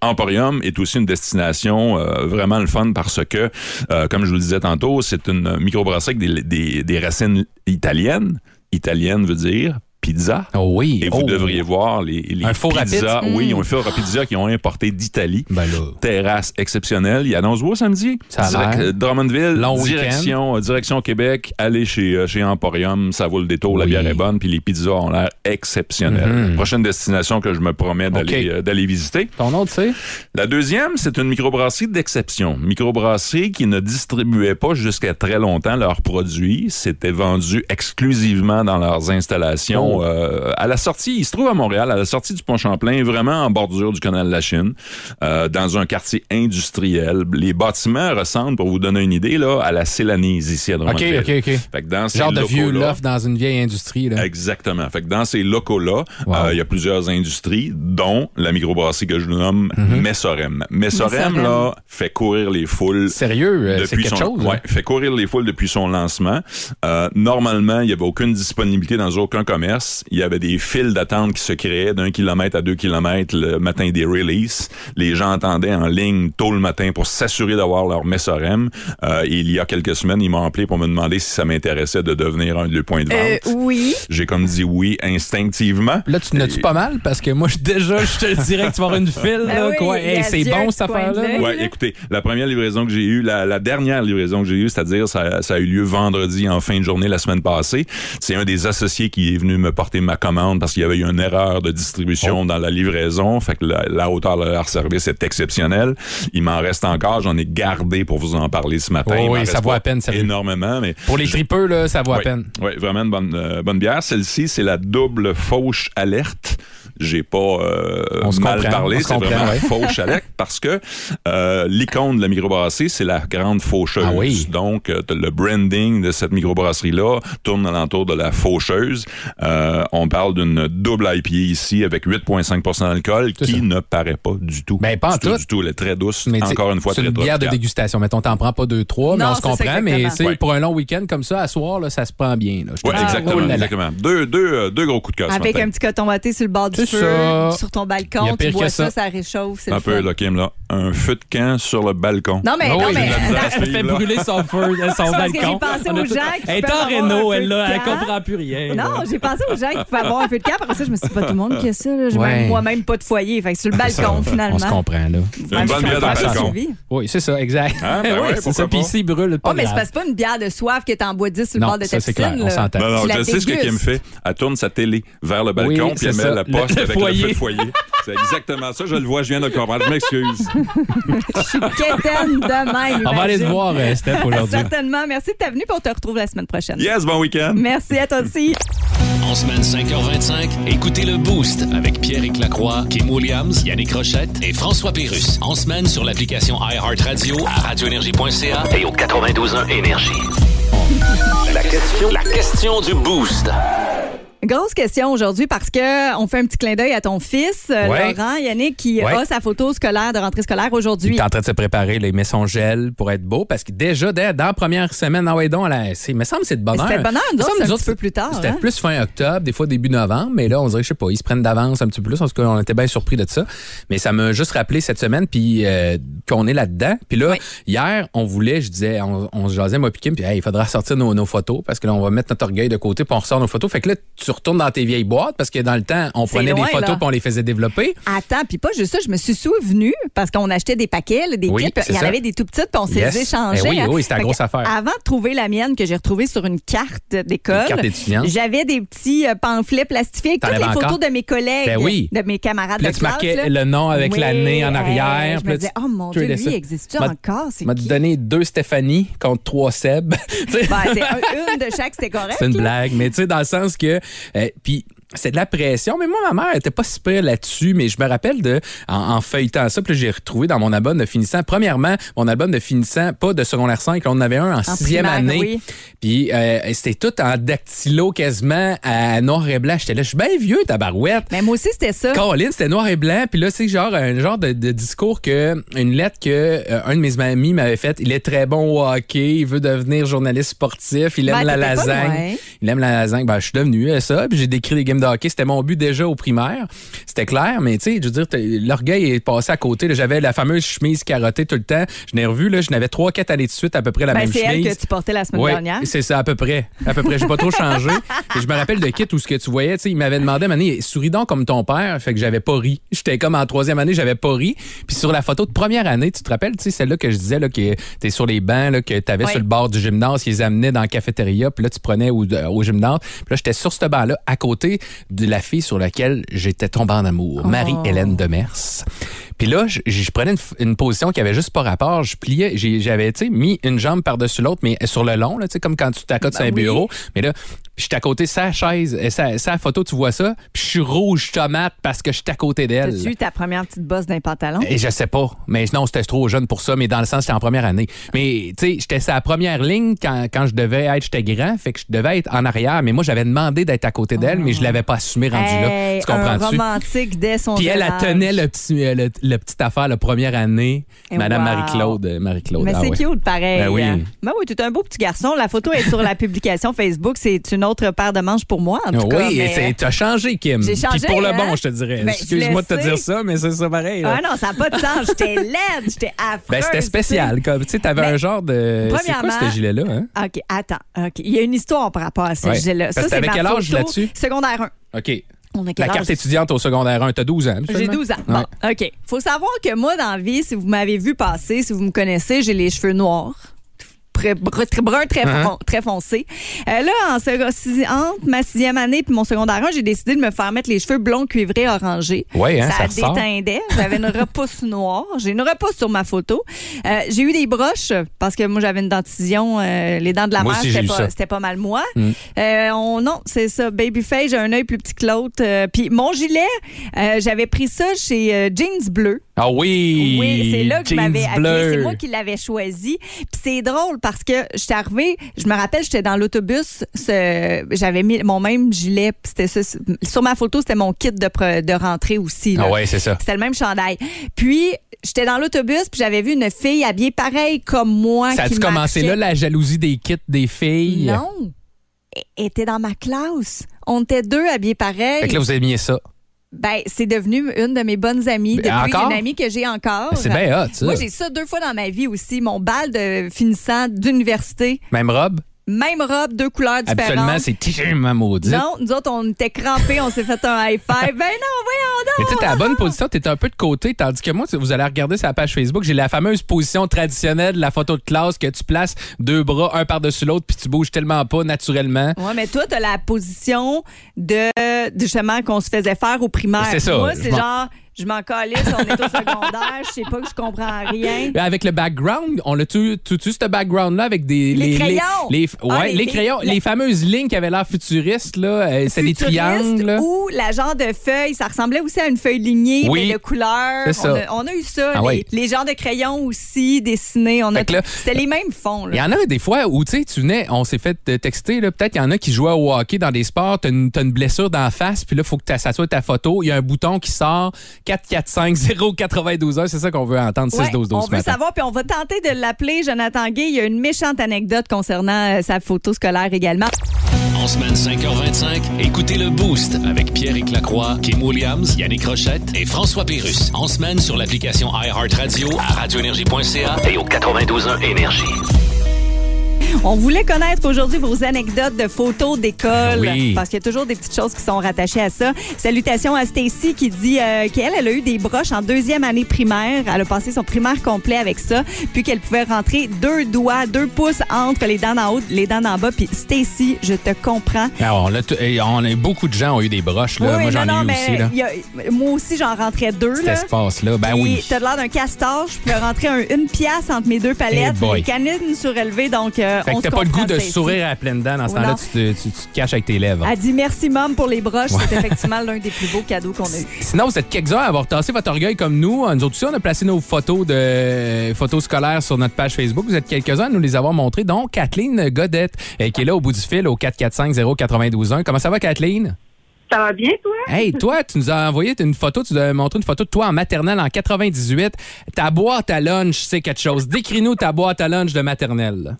Speaker 6: Emporium est aussi une destination euh, vraiment le fun parce que, euh, comme je vous le disais tantôt, c'est une microbrasserie avec des, des- des racines italiennes. Italienne veut dire pizza.
Speaker 4: Oh oui.
Speaker 6: Et vous
Speaker 4: Oh.
Speaker 6: devriez voir les, les
Speaker 4: Un four à pizza.
Speaker 6: pizzas.
Speaker 3: Hmm.
Speaker 6: Oui, ils ont fait un pizza qu'ils ont importé d'Italie.
Speaker 4: Ben là.
Speaker 6: Terrasse exceptionnelle. Il y a Annoncebourg samedi.
Speaker 4: Ça a l'air.
Speaker 6: euh, Drummondville,
Speaker 4: Long
Speaker 6: direction, euh, direction Québec. Allez chez, euh, chez Emporium, ça vaut le détour. La
Speaker 4: Oui. Mhm.
Speaker 6: bière est bonne, puis les pizzas ont l'air exceptionnelles. Prochaine destination que je me promets d'aller
Speaker 4: OK.
Speaker 6: euh, d'aller visiter.
Speaker 4: Ton autre, c'est?
Speaker 6: La deuxième, c'est une microbrasserie d'exception. Microbrasserie qui ne distribuait pas jusqu'à très longtemps leurs produits. C'était vendu exclusivement dans leurs installations.
Speaker 4: Oh.
Speaker 6: euh, à la sortie, il se trouve à Montréal, à la sortie du Pont-Champlain, vraiment en bordure du canal de la Chine, euh, dans un quartier industriel. Les bâtiments ressemblent, pour vous donner une idée, là, à la Célanise ici à
Speaker 4: OK,
Speaker 6: Drummondville.
Speaker 4: OK, OK.
Speaker 6: Fait que dans ces
Speaker 4: Genre de vieux
Speaker 6: locaux-là-
Speaker 4: loft dans une vieille industrie, là.
Speaker 6: Exactement. Fait que dans ces locaux-là, euh, il
Speaker 4: Wow.
Speaker 6: y a plusieurs industries, dont la microbrasserie que je nomme
Speaker 4: Mhm.
Speaker 6: Messorem. Messorem,
Speaker 3: Messorem.
Speaker 6: là, fait courir les foules.
Speaker 4: Sérieux, euh, c'est
Speaker 6: depuis
Speaker 4: quelque
Speaker 6: son,
Speaker 4: chose.
Speaker 6: ouais, fait courir les foules depuis son lancement. Euh, normalement, il n'y avait aucune disponibilité dans aucun commerce. Il y avait des files d'attente qui se créaient d'un kilomètre à deux kilomètres le matin des releases. Les gens attendaient en ligne tôt le matin pour s'assurer d'avoir leur messorem. Euh, il y a quelques semaines, ils m'ont appelé pour me demander si ça m'intéressait de devenir un de leurs points de vente.
Speaker 3: Euh, oui.
Speaker 6: J'ai comme dit oui instinctivement.
Speaker 4: Là, tu n'as-tu pas mal? Parce que moi, je- déjà, je te le dirais que tu vas avoir une file,
Speaker 3: Ben
Speaker 4: là.
Speaker 3: oui,
Speaker 4: quoi.
Speaker 3: il y
Speaker 4: Hey,
Speaker 3: a
Speaker 4: c'est
Speaker 3: Dieu
Speaker 4: bon,
Speaker 3: qui
Speaker 4: cette
Speaker 3: pointe
Speaker 4: affaire-là.
Speaker 3: l'œil.
Speaker 6: Ouais, écoutez, la première livraison que j'ai eue, la, la dernière livraison que j'ai eue, c'est-à-dire ça, ça a eu lieu vendredi en fin de journée la semaine passée. C'est un des associés qui est venu me porter ma commande parce qu'il y avait eu une erreur de distribution
Speaker 4: Oh.
Speaker 6: dans la livraison. Fait que la, la hauteur de leur service est exceptionnelle. Il m'en reste encore, j'en ai gardé pour vous en parler ce matin.
Speaker 4: Oh
Speaker 6: Il m'en
Speaker 4: oui,
Speaker 6: reste
Speaker 4: ça vaut
Speaker 6: pas
Speaker 4: à peine, sérieux.
Speaker 6: Énormément, mais
Speaker 4: Pour les tripeux, là, ça vaut à peine.
Speaker 6: oui, vraiment une bonne, euh, bonne bière. Celle-ci, c'est la double fauche alerte. J'ai pas euh,
Speaker 4: On se
Speaker 6: mal
Speaker 4: comprend, on
Speaker 6: parlé,
Speaker 4: se
Speaker 6: c'est
Speaker 4: comprend,
Speaker 6: vraiment
Speaker 4: ouais.
Speaker 6: fauche alerte parce que euh, l'icône de la microbrasserie, c'est la grande faucheuse.
Speaker 4: Ah oui.
Speaker 6: Donc, euh, le branding de cette microbrasserie-là tourne alentour de la faucheuse. Euh, on parle d'une double IPA ici avec 8,5 d'alcool
Speaker 4: C'est
Speaker 6: qui
Speaker 4: ça.
Speaker 6: ne paraît pas du tout.
Speaker 4: Ben, pas en
Speaker 6: du
Speaker 4: tout.
Speaker 6: du tout. Elle est très douce,
Speaker 4: Mais tu sais,
Speaker 6: encore une fois,
Speaker 4: C'est
Speaker 6: très
Speaker 4: une bière de
Speaker 6: tropicale.
Speaker 4: dégustation. Mettons, t'en prends pas deux, trois, mais
Speaker 3: Non,
Speaker 4: on se
Speaker 3: c'est ça,
Speaker 4: comprend. Mais
Speaker 3: exactement.
Speaker 4: tu sais,
Speaker 6: Ouais.
Speaker 4: pour un long week-end comme ça, à soir, là, ça se prend bien. Là, je te
Speaker 6: Ouais,
Speaker 4: dirais.
Speaker 6: exactement,
Speaker 4: Oh là là.
Speaker 6: exactement. Deux, deux, euh, deux gros coups de cœur ce
Speaker 3: Avec
Speaker 6: matin.
Speaker 3: un petit coton batté sur le bord du
Speaker 4: C'est
Speaker 3: feu,
Speaker 4: ça.
Speaker 3: sur ton
Speaker 4: Il y a
Speaker 3: balcon,
Speaker 4: pire
Speaker 3: tu
Speaker 4: que
Speaker 3: bois
Speaker 4: ça.
Speaker 3: ça, ça réchauffe, c'est
Speaker 6: Un
Speaker 3: le
Speaker 6: peu,
Speaker 3: fun.
Speaker 6: là, Kim, là. Un feu de camp sur le balcon.
Speaker 3: Non, mais,
Speaker 4: Ah
Speaker 3: Eh, non,
Speaker 4: oui,
Speaker 3: mais
Speaker 6: j'ai de la misère à suivre,
Speaker 7: Elle fait
Speaker 6: là.
Speaker 7: brûler son feu, son
Speaker 3: parce que
Speaker 7: balcon.
Speaker 3: j'ai pensé
Speaker 7: On a
Speaker 3: aux
Speaker 7: tout-
Speaker 3: gens qui
Speaker 7: Elle est
Speaker 3: peuvent
Speaker 7: en
Speaker 3: avoir
Speaker 7: Renault,
Speaker 3: un peu
Speaker 7: elle, là,
Speaker 3: de
Speaker 7: elle
Speaker 3: gaz.
Speaker 7: comprend plus rien.
Speaker 3: Non, j'ai pensé aux gens qui pouvaient avoir un feu de camp. Après ça, je me suis dit, pas tout le monde qui a ça. Là. J'ai
Speaker 4: Ouais. Ah,
Speaker 3: même- moi-même pas de foyer. Fait que sur le balcon, finalement.
Speaker 4: On se comprend, là.
Speaker 6: Une bonne bière de balcon.
Speaker 4: Oui, c'est ça, exact.
Speaker 6: Hein, ben ouais,
Speaker 4: c'est ça.
Speaker 6: pourquoi
Speaker 4: Puis
Speaker 6: pas.
Speaker 4: ici, il brûle. Pas
Speaker 3: Oh, mais c'est
Speaker 4: grave.
Speaker 3: parce que c'est pas une bière de soif que t'en bois 10 sur le bord
Speaker 4: Non,
Speaker 3: de ta
Speaker 4: ça, c'est
Speaker 3: piscine.
Speaker 4: clair. On
Speaker 3: là.
Speaker 4: s'entend.
Speaker 6: Non, non,
Speaker 3: Tu la
Speaker 6: je sais ce que Kim
Speaker 3: dégustes.
Speaker 6: fait. Elle tourne sa télé vers le balcon,
Speaker 4: Oui,
Speaker 6: puis elle
Speaker 4: c'est
Speaker 6: met
Speaker 4: ça.
Speaker 6: la poste
Speaker 4: Le
Speaker 6: avec
Speaker 4: foyer.
Speaker 6: le feu de foyer. C'est exactement ça. Je le vois, je viens de le comprendre. Je m'excuse.
Speaker 3: Je suis quétaine de même.
Speaker 4: On va aller te
Speaker 3: imagine.
Speaker 4: voir, euh, Steph, aujourd'hui.
Speaker 3: Certainement. Merci de ta venue, puis on te retrouve la semaine prochaine.
Speaker 6: Yes, bon week-end.
Speaker 3: Merci à toi aussi.
Speaker 2: En semaine 5h25, écoutez le Boost avec Pierre-Éric Lacroix, Kim Williams, Yannick Rochette et François Pérus. En semaine sur l'application iHeartRadio à radioénergie.ca et au 92.1 Énergie. La question, la question du Boost.
Speaker 3: Grosse question aujourd'hui parce que on fait un petit clin d'œil à ton fils, euh,
Speaker 5: Ouais.
Speaker 3: Laurent Yannick, qui
Speaker 5: Ouais.
Speaker 3: a sa photo scolaire de rentrée scolaire
Speaker 5: Il
Speaker 3: aujourd'hui.
Speaker 5: est en train de se préparer, là, il met son gel pour être beau parce que déjà, dès, dans la première semaine, ah ouais, donc, là, c'est- il me semble que c'est de bonheur.
Speaker 3: C'était de bonne heure,
Speaker 5: Il
Speaker 3: nous
Speaker 5: me
Speaker 3: autres,
Speaker 5: semble,
Speaker 3: c'est un
Speaker 5: nous
Speaker 3: petit peu plus tard,
Speaker 5: C'était
Speaker 3: hein?
Speaker 5: plus fin octobre, des fois début novembre, mais là, on dirait, je sais pas, ils se prennent d'avance un petit peu plus. En tout cas, on était bien surpris de ça. Mais ça m'a juste rappelé cette semaine, puis euh, qu'on est là-dedans. Puis là, hier, on voulait, je disais, on, on se jasait, moi, puis Kim, puis hey, il faudra sortir nos, nos photos parce que là, on va mettre notre orgueil de côté, puis on ressort nos photos. Fait que là, tu retournes dans tes vieilles boîtes parce que dans le temps, on
Speaker 3: C'est
Speaker 5: prenait
Speaker 3: loin,
Speaker 5: des photos,
Speaker 3: là.
Speaker 5: puis on les faisait développer.
Speaker 3: Attends, puis pas juste ça, je me suis souvenue parce qu'on achetait des paquets, là, des
Speaker 5: Oui,
Speaker 3: kits, puis
Speaker 5: c'est
Speaker 3: il y en
Speaker 5: ça.
Speaker 3: avait des tout petites, puis on s'est
Speaker 5: Yes.
Speaker 3: échangés.
Speaker 5: Ben oui,
Speaker 3: hein.
Speaker 5: oui, c'était la
Speaker 3: Fait
Speaker 5: grosse
Speaker 3: que
Speaker 5: affaire.
Speaker 3: Avant de trouver la mienne que j'ai retrouvée sur une carte d'école,
Speaker 5: Une carte étudiante.
Speaker 3: j'avais des petits euh, pamphlets plastifiés avec
Speaker 5: T'en
Speaker 3: toutes les
Speaker 5: avais
Speaker 3: photos
Speaker 5: encore?
Speaker 3: de mes collègues,
Speaker 5: Ben oui.
Speaker 3: de mes camarades
Speaker 5: Puis là,
Speaker 3: de
Speaker 5: tu
Speaker 3: classe.
Speaker 5: marquais
Speaker 3: là.
Speaker 5: le nom avec
Speaker 3: Oui,
Speaker 5: l'année en
Speaker 3: hey,
Speaker 5: arrière.
Speaker 3: Je
Speaker 5: Puis
Speaker 3: me
Speaker 5: là,
Speaker 3: disais,
Speaker 5: tu-
Speaker 3: oh mon
Speaker 5: tu
Speaker 3: Dieu,
Speaker 5: faisais
Speaker 3: lui,
Speaker 5: ça.
Speaker 3: existe-tu
Speaker 5: M'a-
Speaker 3: encore? C'est
Speaker 5: m'a
Speaker 3: qui?
Speaker 5: donné deux Stéphanie contre trois Seb. Tu sais,
Speaker 3: Ben, c'est un- une de chaque, c'était correct.
Speaker 5: c'est une
Speaker 3: là.
Speaker 5: blague, mais tu sais, dans le sens que. euh, puis c'est de la pression, mais moi, ma mère elle était pas si pire là-dessus, mais je me rappelle de en, en feuilletant ça, puis là, j'ai retrouvé dans mon album de finissant, premièrement, mon album de finissant, pas de secondaire 5, là, on en avait un en, sixième
Speaker 3: primaire,
Speaker 5: année.
Speaker 3: oui.
Speaker 5: Puis euh, c'était tout en dactylo quasiment à noir et blanc. J'étais là, je suis bien vieux, tabarouette.
Speaker 3: Mais moi aussi, c'était ça.
Speaker 5: Caroline, c'était noir et blanc, puis là c'est genre un genre de, de discours que une lettre que euh, un de mes amis m'avait faite. Il est très bon au hockey, il veut devenir journaliste sportif, il aime
Speaker 3: Ben,
Speaker 5: la
Speaker 3: t'étais pas loin.
Speaker 5: lasagne. Il aime la lasagne. Ben je suis devenu euh, ça, puis j'ai décrit des games de hockey, c'était mon but déjà au primaire. C'était clair, mais tu sais, je veux dire t'as- l'orgueil est passé à côté, là. j'avais la fameuse chemise carottée tout le temps. Je l'ai revue là, je n'avais trois quatre années de suite à peu près la
Speaker 3: Ben,
Speaker 5: même
Speaker 3: c'est elle
Speaker 5: chemise.
Speaker 3: que tu portais la semaine
Speaker 5: Ouais,
Speaker 3: dernière.
Speaker 5: C'est ça, à peu près. À peu près. J'ai pas trop changé. Et je me rappelle de Kit où ce que tu voyais, tu sais, il m'avait demandé, Mané, souris donc comme ton père. Fait que j'avais pas ri. J'étais comme en troisième année, j'avais pas ri. Puis sur la photo de première année, tu te rappelles, tu sais, celle-là que je disais, là, que t'es sur les bancs, là, que t'avais
Speaker 3: Oui.
Speaker 5: sur le bord du gymnase, qu'ils amenaient dans la cafétéria, puis là, tu prenais au, euh, au gymnase. Puis là, j'étais sur ce banc-là, à côté de la fille sur laquelle j'étais tombé en amour,
Speaker 3: Oh.
Speaker 5: Marie-Hélène Demers. Puis là, je, je prenais une, f- une position qui avait juste pas rapport. Je pliais, j'ai- j'avais tu sais, mis une jambe par-dessus l'autre, mais sur le long, là, tu sais, comme quand tu t'accotes
Speaker 3: Ben
Speaker 5: sur un bureau. Mais là, j'étais à côté de sa chaise, euh, sa, sa photo, tu vois ça. Puis je suis rouge tomate parce que j'étais à côté d'elle.
Speaker 3: T'as-tu eu ta première petite bosse d'un pantalon?
Speaker 5: Et je sais pas, mais non, c'était trop jeune pour ça, mais dans le sens, c'était en première année. Mais tu sais, j'étais sa première ligne quand, quand je devais être, j'étais grand, fait que je devais être en arrière, mais moi, j'avais demandé d'être à côté d'elle, mais je l'avais pas assumé rendu
Speaker 3: Ah. Hey,
Speaker 5: là. Tu
Speaker 3: un
Speaker 5: comprends-tu?
Speaker 3: romantique dès son
Speaker 5: Puis elle,
Speaker 3: jeune
Speaker 5: elle
Speaker 3: âge.
Speaker 5: tenait le petit, euh, le, le petite affaire la première année.
Speaker 3: Et
Speaker 5: Madame
Speaker 3: wow.
Speaker 5: Marie-Claude. euh, Marie-Claude.
Speaker 3: Mais
Speaker 5: ah
Speaker 3: c'est
Speaker 5: ouais.
Speaker 3: cute, pareil.
Speaker 5: Ben oui.
Speaker 3: Ben oui, t'es un beau petit garçon. La photo est sur la publication Facebook. C'est une autre paire de manches pour moi, en tout cas.
Speaker 5: Ah Oui,
Speaker 3: mais-
Speaker 5: et c'est- t'as changé, Kim.
Speaker 3: J'ai changé,
Speaker 5: Puis pour le
Speaker 3: hein?
Speaker 5: bon, je te dirais.
Speaker 3: Ben, je
Speaker 5: Excuse-moi
Speaker 3: le
Speaker 5: de te
Speaker 3: sais.
Speaker 5: dire ça, mais c'est ça pareil. là.
Speaker 3: Ah non, ça n'a pas de sens. J'étais laide, j'étais affreuse.
Speaker 5: ben, c'était spécial. Comme, tu sais, t'avais
Speaker 3: Mais,
Speaker 5: un genre de. C'est quoi
Speaker 3: Ben, premièrement,
Speaker 5: ce gilet-là? Hein?
Speaker 3: OK, attends. OK. Il y a une histoire par rapport à ce
Speaker 5: Ouais.
Speaker 3: gilet-là.
Speaker 5: Parce
Speaker 3: Ça,
Speaker 5: que
Speaker 3: c'est
Speaker 5: t'avais
Speaker 3: ma
Speaker 5: quel âge
Speaker 3: photo
Speaker 5: là-dessus?
Speaker 3: Secondaire 1.
Speaker 5: OK.
Speaker 3: On a quel
Speaker 5: La
Speaker 3: âge?
Speaker 5: carte étudiante au secondaire 1, t'as 12 ans.
Speaker 3: J'ai
Speaker 5: seulement?
Speaker 3: 12 ans.
Speaker 5: Ouais.
Speaker 3: Bon, OK. Faut savoir que moi, dans la vie, si vous m'avez vu passer, si vous me connaissez, j'ai les cheveux noirs. Très br- très brun, très,
Speaker 5: Uh-huh.
Speaker 3: fon- très foncé. Euh, là, en secondaire- six- entre ma sixième année puis mon secondaire 1, j'ai décidé de me faire mettre les cheveux blonds cuivrés orangés.
Speaker 5: Ouais, hein, ça ressort.
Speaker 3: déteindait. J'avais une repousse noire. J'ai une repousse sur ma photo. Euh, j'ai eu des broches parce que moi, j'avais une dentition. euh, les dents de la
Speaker 5: Moi
Speaker 3: mer,
Speaker 5: aussi, j'ai
Speaker 3: c'était
Speaker 5: eu
Speaker 3: pas,
Speaker 5: ça. Mm.
Speaker 3: c'était pas mal moi. Euh, on- non, c'est ça. Babyface, j'ai un œil plus petit que l'autre. Euh, Puis mon gilet, euh, j'avais pris ça chez euh, Jeans Bleu.
Speaker 5: Ah oui!
Speaker 3: Oui, c'est là que je
Speaker 5: Jeans
Speaker 3: m'avais appelé.
Speaker 5: bleus.
Speaker 3: C'est moi qui l'avais choisi. Puis c'est drôle parce que je suis arrivée, je me rappelle, j'étais dans l'autobus, ce- j'avais mis mon même gilet. puis C'était ça. sur ma photo, c'était mon kit de, pre- de rentrée aussi. là.
Speaker 5: Ah ouais, c'est ça.
Speaker 3: C'était le même chandail. Puis j'étais dans l'autobus, puis j'avais vu une fille habillée pareil comme moi.
Speaker 5: Ça
Speaker 3: qui
Speaker 5: a-tu commencé
Speaker 3: marchait.
Speaker 5: là, la jalousie des kits des filles?
Speaker 3: Non. Elle était dans ma classe. On était deux habillés pareil.
Speaker 5: Fait que là, vous avez mis ça.
Speaker 3: Ben, c'est devenu une de mes bonnes amies.
Speaker 5: Ben,
Speaker 3: depuis
Speaker 5: encore?
Speaker 3: une amie que j'ai encore.
Speaker 5: Ben, c'est bien hot, ça.
Speaker 3: Moi, j'ai ça deux fois dans ma vie aussi. Mon bal de finissant d'université,
Speaker 5: Même robe?
Speaker 3: même robe, deux couleurs
Speaker 5: Absolument,
Speaker 3: différentes.
Speaker 5: c'est tellement maudit.
Speaker 3: non, nous autres, on était crampés, on s'est fait un high five. Ben non, voyons donc!
Speaker 5: Mais tu sais, t'es à la bonne position, t'es un peu de côté, tandis que moi, tu- vous allez regarder sur la page Facebook, j'ai la fameuse position traditionnelle de la photo de classe que tu places deux bras un par-dessus l'autre, puis tu bouges tellement pas naturellement.
Speaker 3: Ouais, mais toi, t'as la position de, de justement qu'on se faisait faire au primaire.
Speaker 5: C'est ça,
Speaker 3: Moi,
Speaker 5: je
Speaker 3: c'est
Speaker 5: m'en-
Speaker 3: genre, Je m'en calisse, on est au secondaire, je sais pas que je comprends rien.
Speaker 5: Ben, Avec le background, on l'a tu tu tu ce background là avec des
Speaker 3: Les crayons!
Speaker 5: les, les- ouais,
Speaker 3: Ah, les-
Speaker 5: les, crayons,
Speaker 3: les-
Speaker 5: les fameuses lignes qui avaient l'air futuristes là, euh, c'est des
Speaker 3: Futuriste
Speaker 5: triangles. là.
Speaker 3: Ou la genre de feuille, ça ressemblait aussi à une feuille lignée,
Speaker 5: Oui.
Speaker 3: mais de couleur.
Speaker 5: C'est ça.
Speaker 3: On, a, on a eu ça.
Speaker 5: Ah
Speaker 3: les,
Speaker 5: ouais.
Speaker 3: les genres de crayons aussi dessinés. On a
Speaker 5: Fait que là-
Speaker 3: C'était les mêmes fonds.
Speaker 5: Il y
Speaker 3: Là.
Speaker 5: en a des fois où tu sais, tu venais, on s'est fait euh, texter, là, peut-être il y en a qui jouaient au hockey dans des sports, t'as une, t'as une blessure dans la face, puis là, faut que t'as- ça soit ta photo, il y a un bouton qui sort 445 092 heures, c'est ça qu'on veut entendre,
Speaker 3: Ouais,
Speaker 5: 6 12
Speaker 3: on
Speaker 5: 12
Speaker 3: veut savoir, puis on va tenter de l'appeler Jonathan Gay. Il y a une méchante anecdote concernant euh, sa photo scolaire également.
Speaker 2: En semaine 5h25, écoutez le Boost avec Pierre Lacroix, Kim Williams, Yannick Rochette et François Pérus. En semaine sur l'application iHeartRadio à radioénergie.ca et au 92.1 Énergie.
Speaker 3: On voulait connaître aujourd'hui vos anecdotes de photos d'école.
Speaker 5: Ben Oui.
Speaker 3: Parce qu'il y a toujours des petites choses qui sont rattachées à ça. Salutations à Stacy qui dit euh, qu'elle, elle a eu des broches en deuxième année primaire. Elle a passé son primaire complet avec ça. Puis qu'elle pouvait rentrer deux doigts, deux pouces entre les dents d'en haut, les dents d'en bas. Puis Stacy, je te comprends.
Speaker 5: Alors, on l'a t- eh, on a- beaucoup de gens ont eu des broches, là.
Speaker 3: Oui,
Speaker 5: Euh, moi,
Speaker 3: non,
Speaker 5: j'en
Speaker 3: non,
Speaker 5: ai eu
Speaker 3: mais
Speaker 5: aussi, là.
Speaker 3: il y a- moi aussi, j'en rentrais deux.
Speaker 5: Cet
Speaker 3: là.
Speaker 5: espace-là, ben
Speaker 3: Puis,
Speaker 5: oui.
Speaker 3: T'as l'air d'un castor. Je peux rentrer un- une pièce entre mes deux palettes.
Speaker 5: Eh boy.
Speaker 3: les canines surélevées, donc euh,
Speaker 5: Fait
Speaker 3: on
Speaker 5: que
Speaker 3: se
Speaker 5: t'as pas le goût
Speaker 3: comprend,
Speaker 5: de
Speaker 3: Stacy.
Speaker 5: sourire à pleine dent dans ce
Speaker 3: Oh, non.
Speaker 5: temps-là, tu te, tu- tu te caches avec tes lèvres.
Speaker 3: Elle dit merci, maman, pour les broches. C'est effectivement l'un des plus beaux cadeaux qu'on a eu.
Speaker 5: Sinon, vous êtes quelques-uns à avoir tassé votre orgueil comme nous. Euh, Nous autres aussi, on a placé nos photos de photos scolaires sur notre page Facebook. Vous êtes quelques-uns à nous les avoir montrées, dont Kathleen Godette, euh, qui est là au bout du fil au 445-0921. Comment ça va, Kathleen?
Speaker 7: Ça va bien, toi?
Speaker 5: Hey, toi, tu nous as envoyé une photo, tu nous as montré une photo de toi en maternelle en 98. Ta boîte à lunch, c'est quelque chose. Décris-nous ta boîte à lunch de maternelle.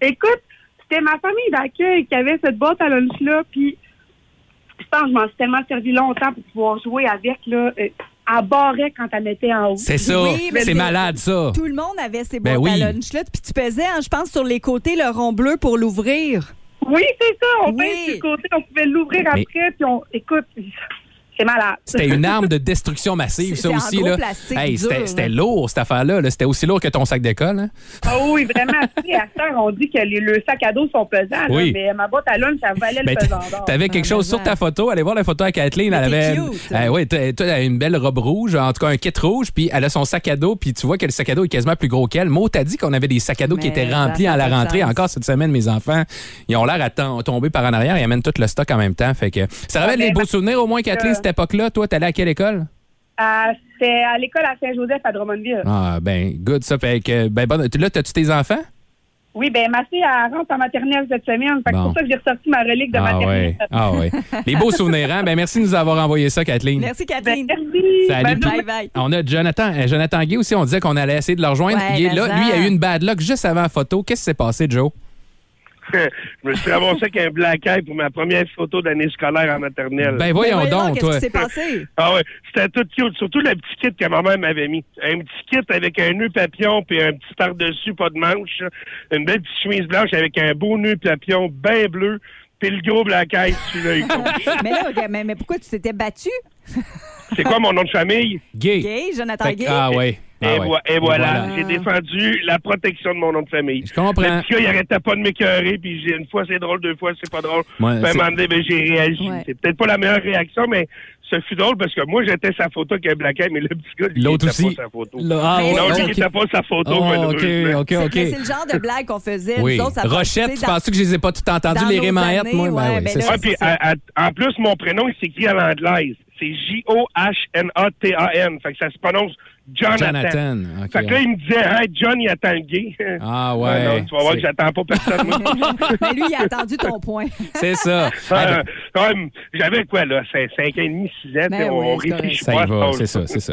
Speaker 7: Écoute, c'était ma famille d'accueil qui avait cette boîte à lunch-là, puis je pense que je m'en suis tellement servi longtemps pour pouvoir jouer avec, là. euh, Elle barrait quand elle était en haut.
Speaker 5: C'est ça.
Speaker 3: Oui, mais
Speaker 5: c'est
Speaker 3: c'est-
Speaker 5: malade, ça.
Speaker 3: Tout le monde avait ses boîtes
Speaker 5: Ben oui.
Speaker 3: à lunch-là. Puis tu pesais, hein, je pense, sur les côtés le rond bleu pour l'ouvrir.
Speaker 7: Oui, c'est ça. On
Speaker 3: Oui.
Speaker 7: pince du côté, on pouvait l'ouvrir
Speaker 5: Mais-
Speaker 7: après, puis on. Écoute, c'est malade.
Speaker 5: C'était une arme de destruction massive,
Speaker 3: C'est-
Speaker 5: ça
Speaker 3: c'est en
Speaker 5: aussi.
Speaker 3: gros
Speaker 5: là.
Speaker 3: plastique
Speaker 5: Hey,
Speaker 3: dur,
Speaker 5: c'était
Speaker 3: hein.
Speaker 5: c'était lourd, cette affaire-là. là. C'était aussi lourd que ton sac d'école. hein.
Speaker 7: Ah oui, vraiment. tu sais, à ce temps, on dit que les, le sac à dos sont pesants, là,
Speaker 5: Oui.
Speaker 7: mais ma boîte à lunch, ça valait
Speaker 5: Ben,
Speaker 7: le pesant d'or.
Speaker 5: T'avais quelque
Speaker 3: Ah,
Speaker 5: chose
Speaker 3: mais
Speaker 5: sur ta
Speaker 3: ouais.
Speaker 5: photo. Allez voir la photo à Kathleen. Elle
Speaker 3: Mais t'es
Speaker 5: avait
Speaker 3: cute.
Speaker 5: Eh oui, t'as- t'as une belle robe rouge, en tout cas un kit rouge, puis elle a son sac à dos, puis tu vois que le sac à dos est quasiment plus gros qu'elle. Mo, t'as dit qu'on avait des sacs à dos qui
Speaker 3: Mais
Speaker 5: étaient
Speaker 3: ça
Speaker 5: remplis
Speaker 3: fait
Speaker 5: à la
Speaker 3: pas de
Speaker 5: rentrée.
Speaker 3: sens.
Speaker 5: Encore cette semaine, mes enfants, ils ont l'air à tom- tomber par en arrière. Ils amènent tout le stock en même temps. Fait que ça
Speaker 3: Ah,
Speaker 5: rappelle
Speaker 7: mais
Speaker 5: les beaux
Speaker 7: parce
Speaker 5: souvenirs au moins, Kathleen,
Speaker 7: que-
Speaker 5: cette époque-là. Toi, t'allais à quelle école?
Speaker 7: Euh, C'était à l'école à Saint-Joseph à Drummondville.
Speaker 5: Ah, ben, good, ça. Fait que, ben, bonne- là, t'as-tu tes enfants?
Speaker 7: Oui, ben ma fille, elle rentre en maternelle cette semaine. Fait que
Speaker 5: Bon.
Speaker 7: C'est pour ça que j'ai ressorti ma relique de
Speaker 5: Ah,
Speaker 7: maternelle.
Speaker 5: ouais. Ah, ouais. Les beaux souvenirs, hein? Ben, merci de nous avoir envoyé ça, Kathleen.
Speaker 3: Merci,
Speaker 7: Ben,
Speaker 3: Catherine.
Speaker 7: merci.
Speaker 5: Salut.
Speaker 7: Bonne journée.
Speaker 3: Bye bye.
Speaker 5: On a Jonathan, euh, Jonathan Guy aussi, on disait qu'on allait essayer de le rejoindre.
Speaker 3: Ouais,
Speaker 5: il est
Speaker 3: ben
Speaker 5: là.
Speaker 3: ça.
Speaker 5: Lui, il a eu une bad luck juste avant la photo. Qu'est-ce qui s'est passé, Joe?
Speaker 8: je me suis avancé avec un blanc pour ma première photo d'année scolaire en maternelle.
Speaker 5: Ben voyons,
Speaker 3: Ben
Speaker 5: donc,
Speaker 3: Qu'est-ce
Speaker 5: toi.
Speaker 3: qui s'est passé?
Speaker 8: Ah ouais, c'était tout cute, surtout le petit kit que ma mère m'avait mis. Un petit kit avec un nœud papillon puis un petit par-dessus, pas de manche. Une belle petite chemise blanche avec un beau nœud papillon bien bleu. Puis le gros blanc sur l'œil.
Speaker 3: mais là, regarde, mais, mais pourquoi tu t'étais battu?
Speaker 8: C'est quoi mon nom de famille?
Speaker 5: Gay.
Speaker 3: Gay, Jonathan
Speaker 5: Fait que-
Speaker 3: Gay.
Speaker 5: Ah ouais.
Speaker 8: Et,
Speaker 5: Ah ouais.
Speaker 8: voi- et voilà,
Speaker 5: voilà.
Speaker 8: j'ai défendu la protection de mon nom de famille.
Speaker 5: Je comprends.
Speaker 8: Le petit gars, il arrêtait pas de m'écœurer, puis j'ai une fois c'est drôle, deux fois c'est pas drôle.
Speaker 5: Ouais,
Speaker 8: ben, à un
Speaker 5: c'est-
Speaker 8: moment donné, ben, j'ai réagi.
Speaker 3: Ouais.
Speaker 8: C'est peut-être pas la meilleure réaction, mais ce fut drôle parce que moi, j'étais sa photo avec un black mais le petit gars, lui,
Speaker 5: L'autre
Speaker 8: il était
Speaker 5: aussi.
Speaker 8: pas sa photo.
Speaker 5: Le- ah,
Speaker 3: Mais-
Speaker 5: ouais,
Speaker 8: Non, lui,
Speaker 5: ok.
Speaker 8: il était pas sa photo,
Speaker 5: Oh, ok,
Speaker 8: malheureusement.
Speaker 5: ok, ok.
Speaker 3: Mais c'est le genre de blague qu'on faisait. nous
Speaker 5: Oui.
Speaker 3: autres, ça
Speaker 5: Rochette,
Speaker 3: passait
Speaker 5: tu
Speaker 3: dans-
Speaker 5: penses que je les ai pas tout entendus,
Speaker 3: dans
Speaker 5: les
Speaker 3: nos
Speaker 5: rimaillettes, moi? Ben
Speaker 3: années, ouais,
Speaker 5: oui,
Speaker 3: ben
Speaker 5: c'est
Speaker 3: là,
Speaker 5: ça.
Speaker 8: Ah, puis,
Speaker 3: ça.
Speaker 8: à- à- en plus, mon prénom, il s'écrit à l'anglaise. C'est J-O-H-N-A-T-A-N. Fait que ça se prononce Jonathan.
Speaker 5: Jonathan, ok.
Speaker 8: Fait que là, il me disait, hey, John, il attend le gay.
Speaker 5: Ah, ouais.
Speaker 8: non, tu vas voir
Speaker 5: C'est-
Speaker 8: que j'attends pas personne. moi.
Speaker 3: Mais Ben, lui, il a attendu ton point.
Speaker 5: C'est ça. Ah, ben,
Speaker 8: Euh, ouais, mais J'avais quoi, là? 5 ans et demi, 6 ans,
Speaker 3: Ben
Speaker 8: t'sais, on
Speaker 3: oui, c'est
Speaker 8: réfléchit
Speaker 5: ça
Speaker 8: pas.
Speaker 5: y
Speaker 8: à ce
Speaker 5: va,
Speaker 8: temps-là.
Speaker 5: c'est ça, c'est ça.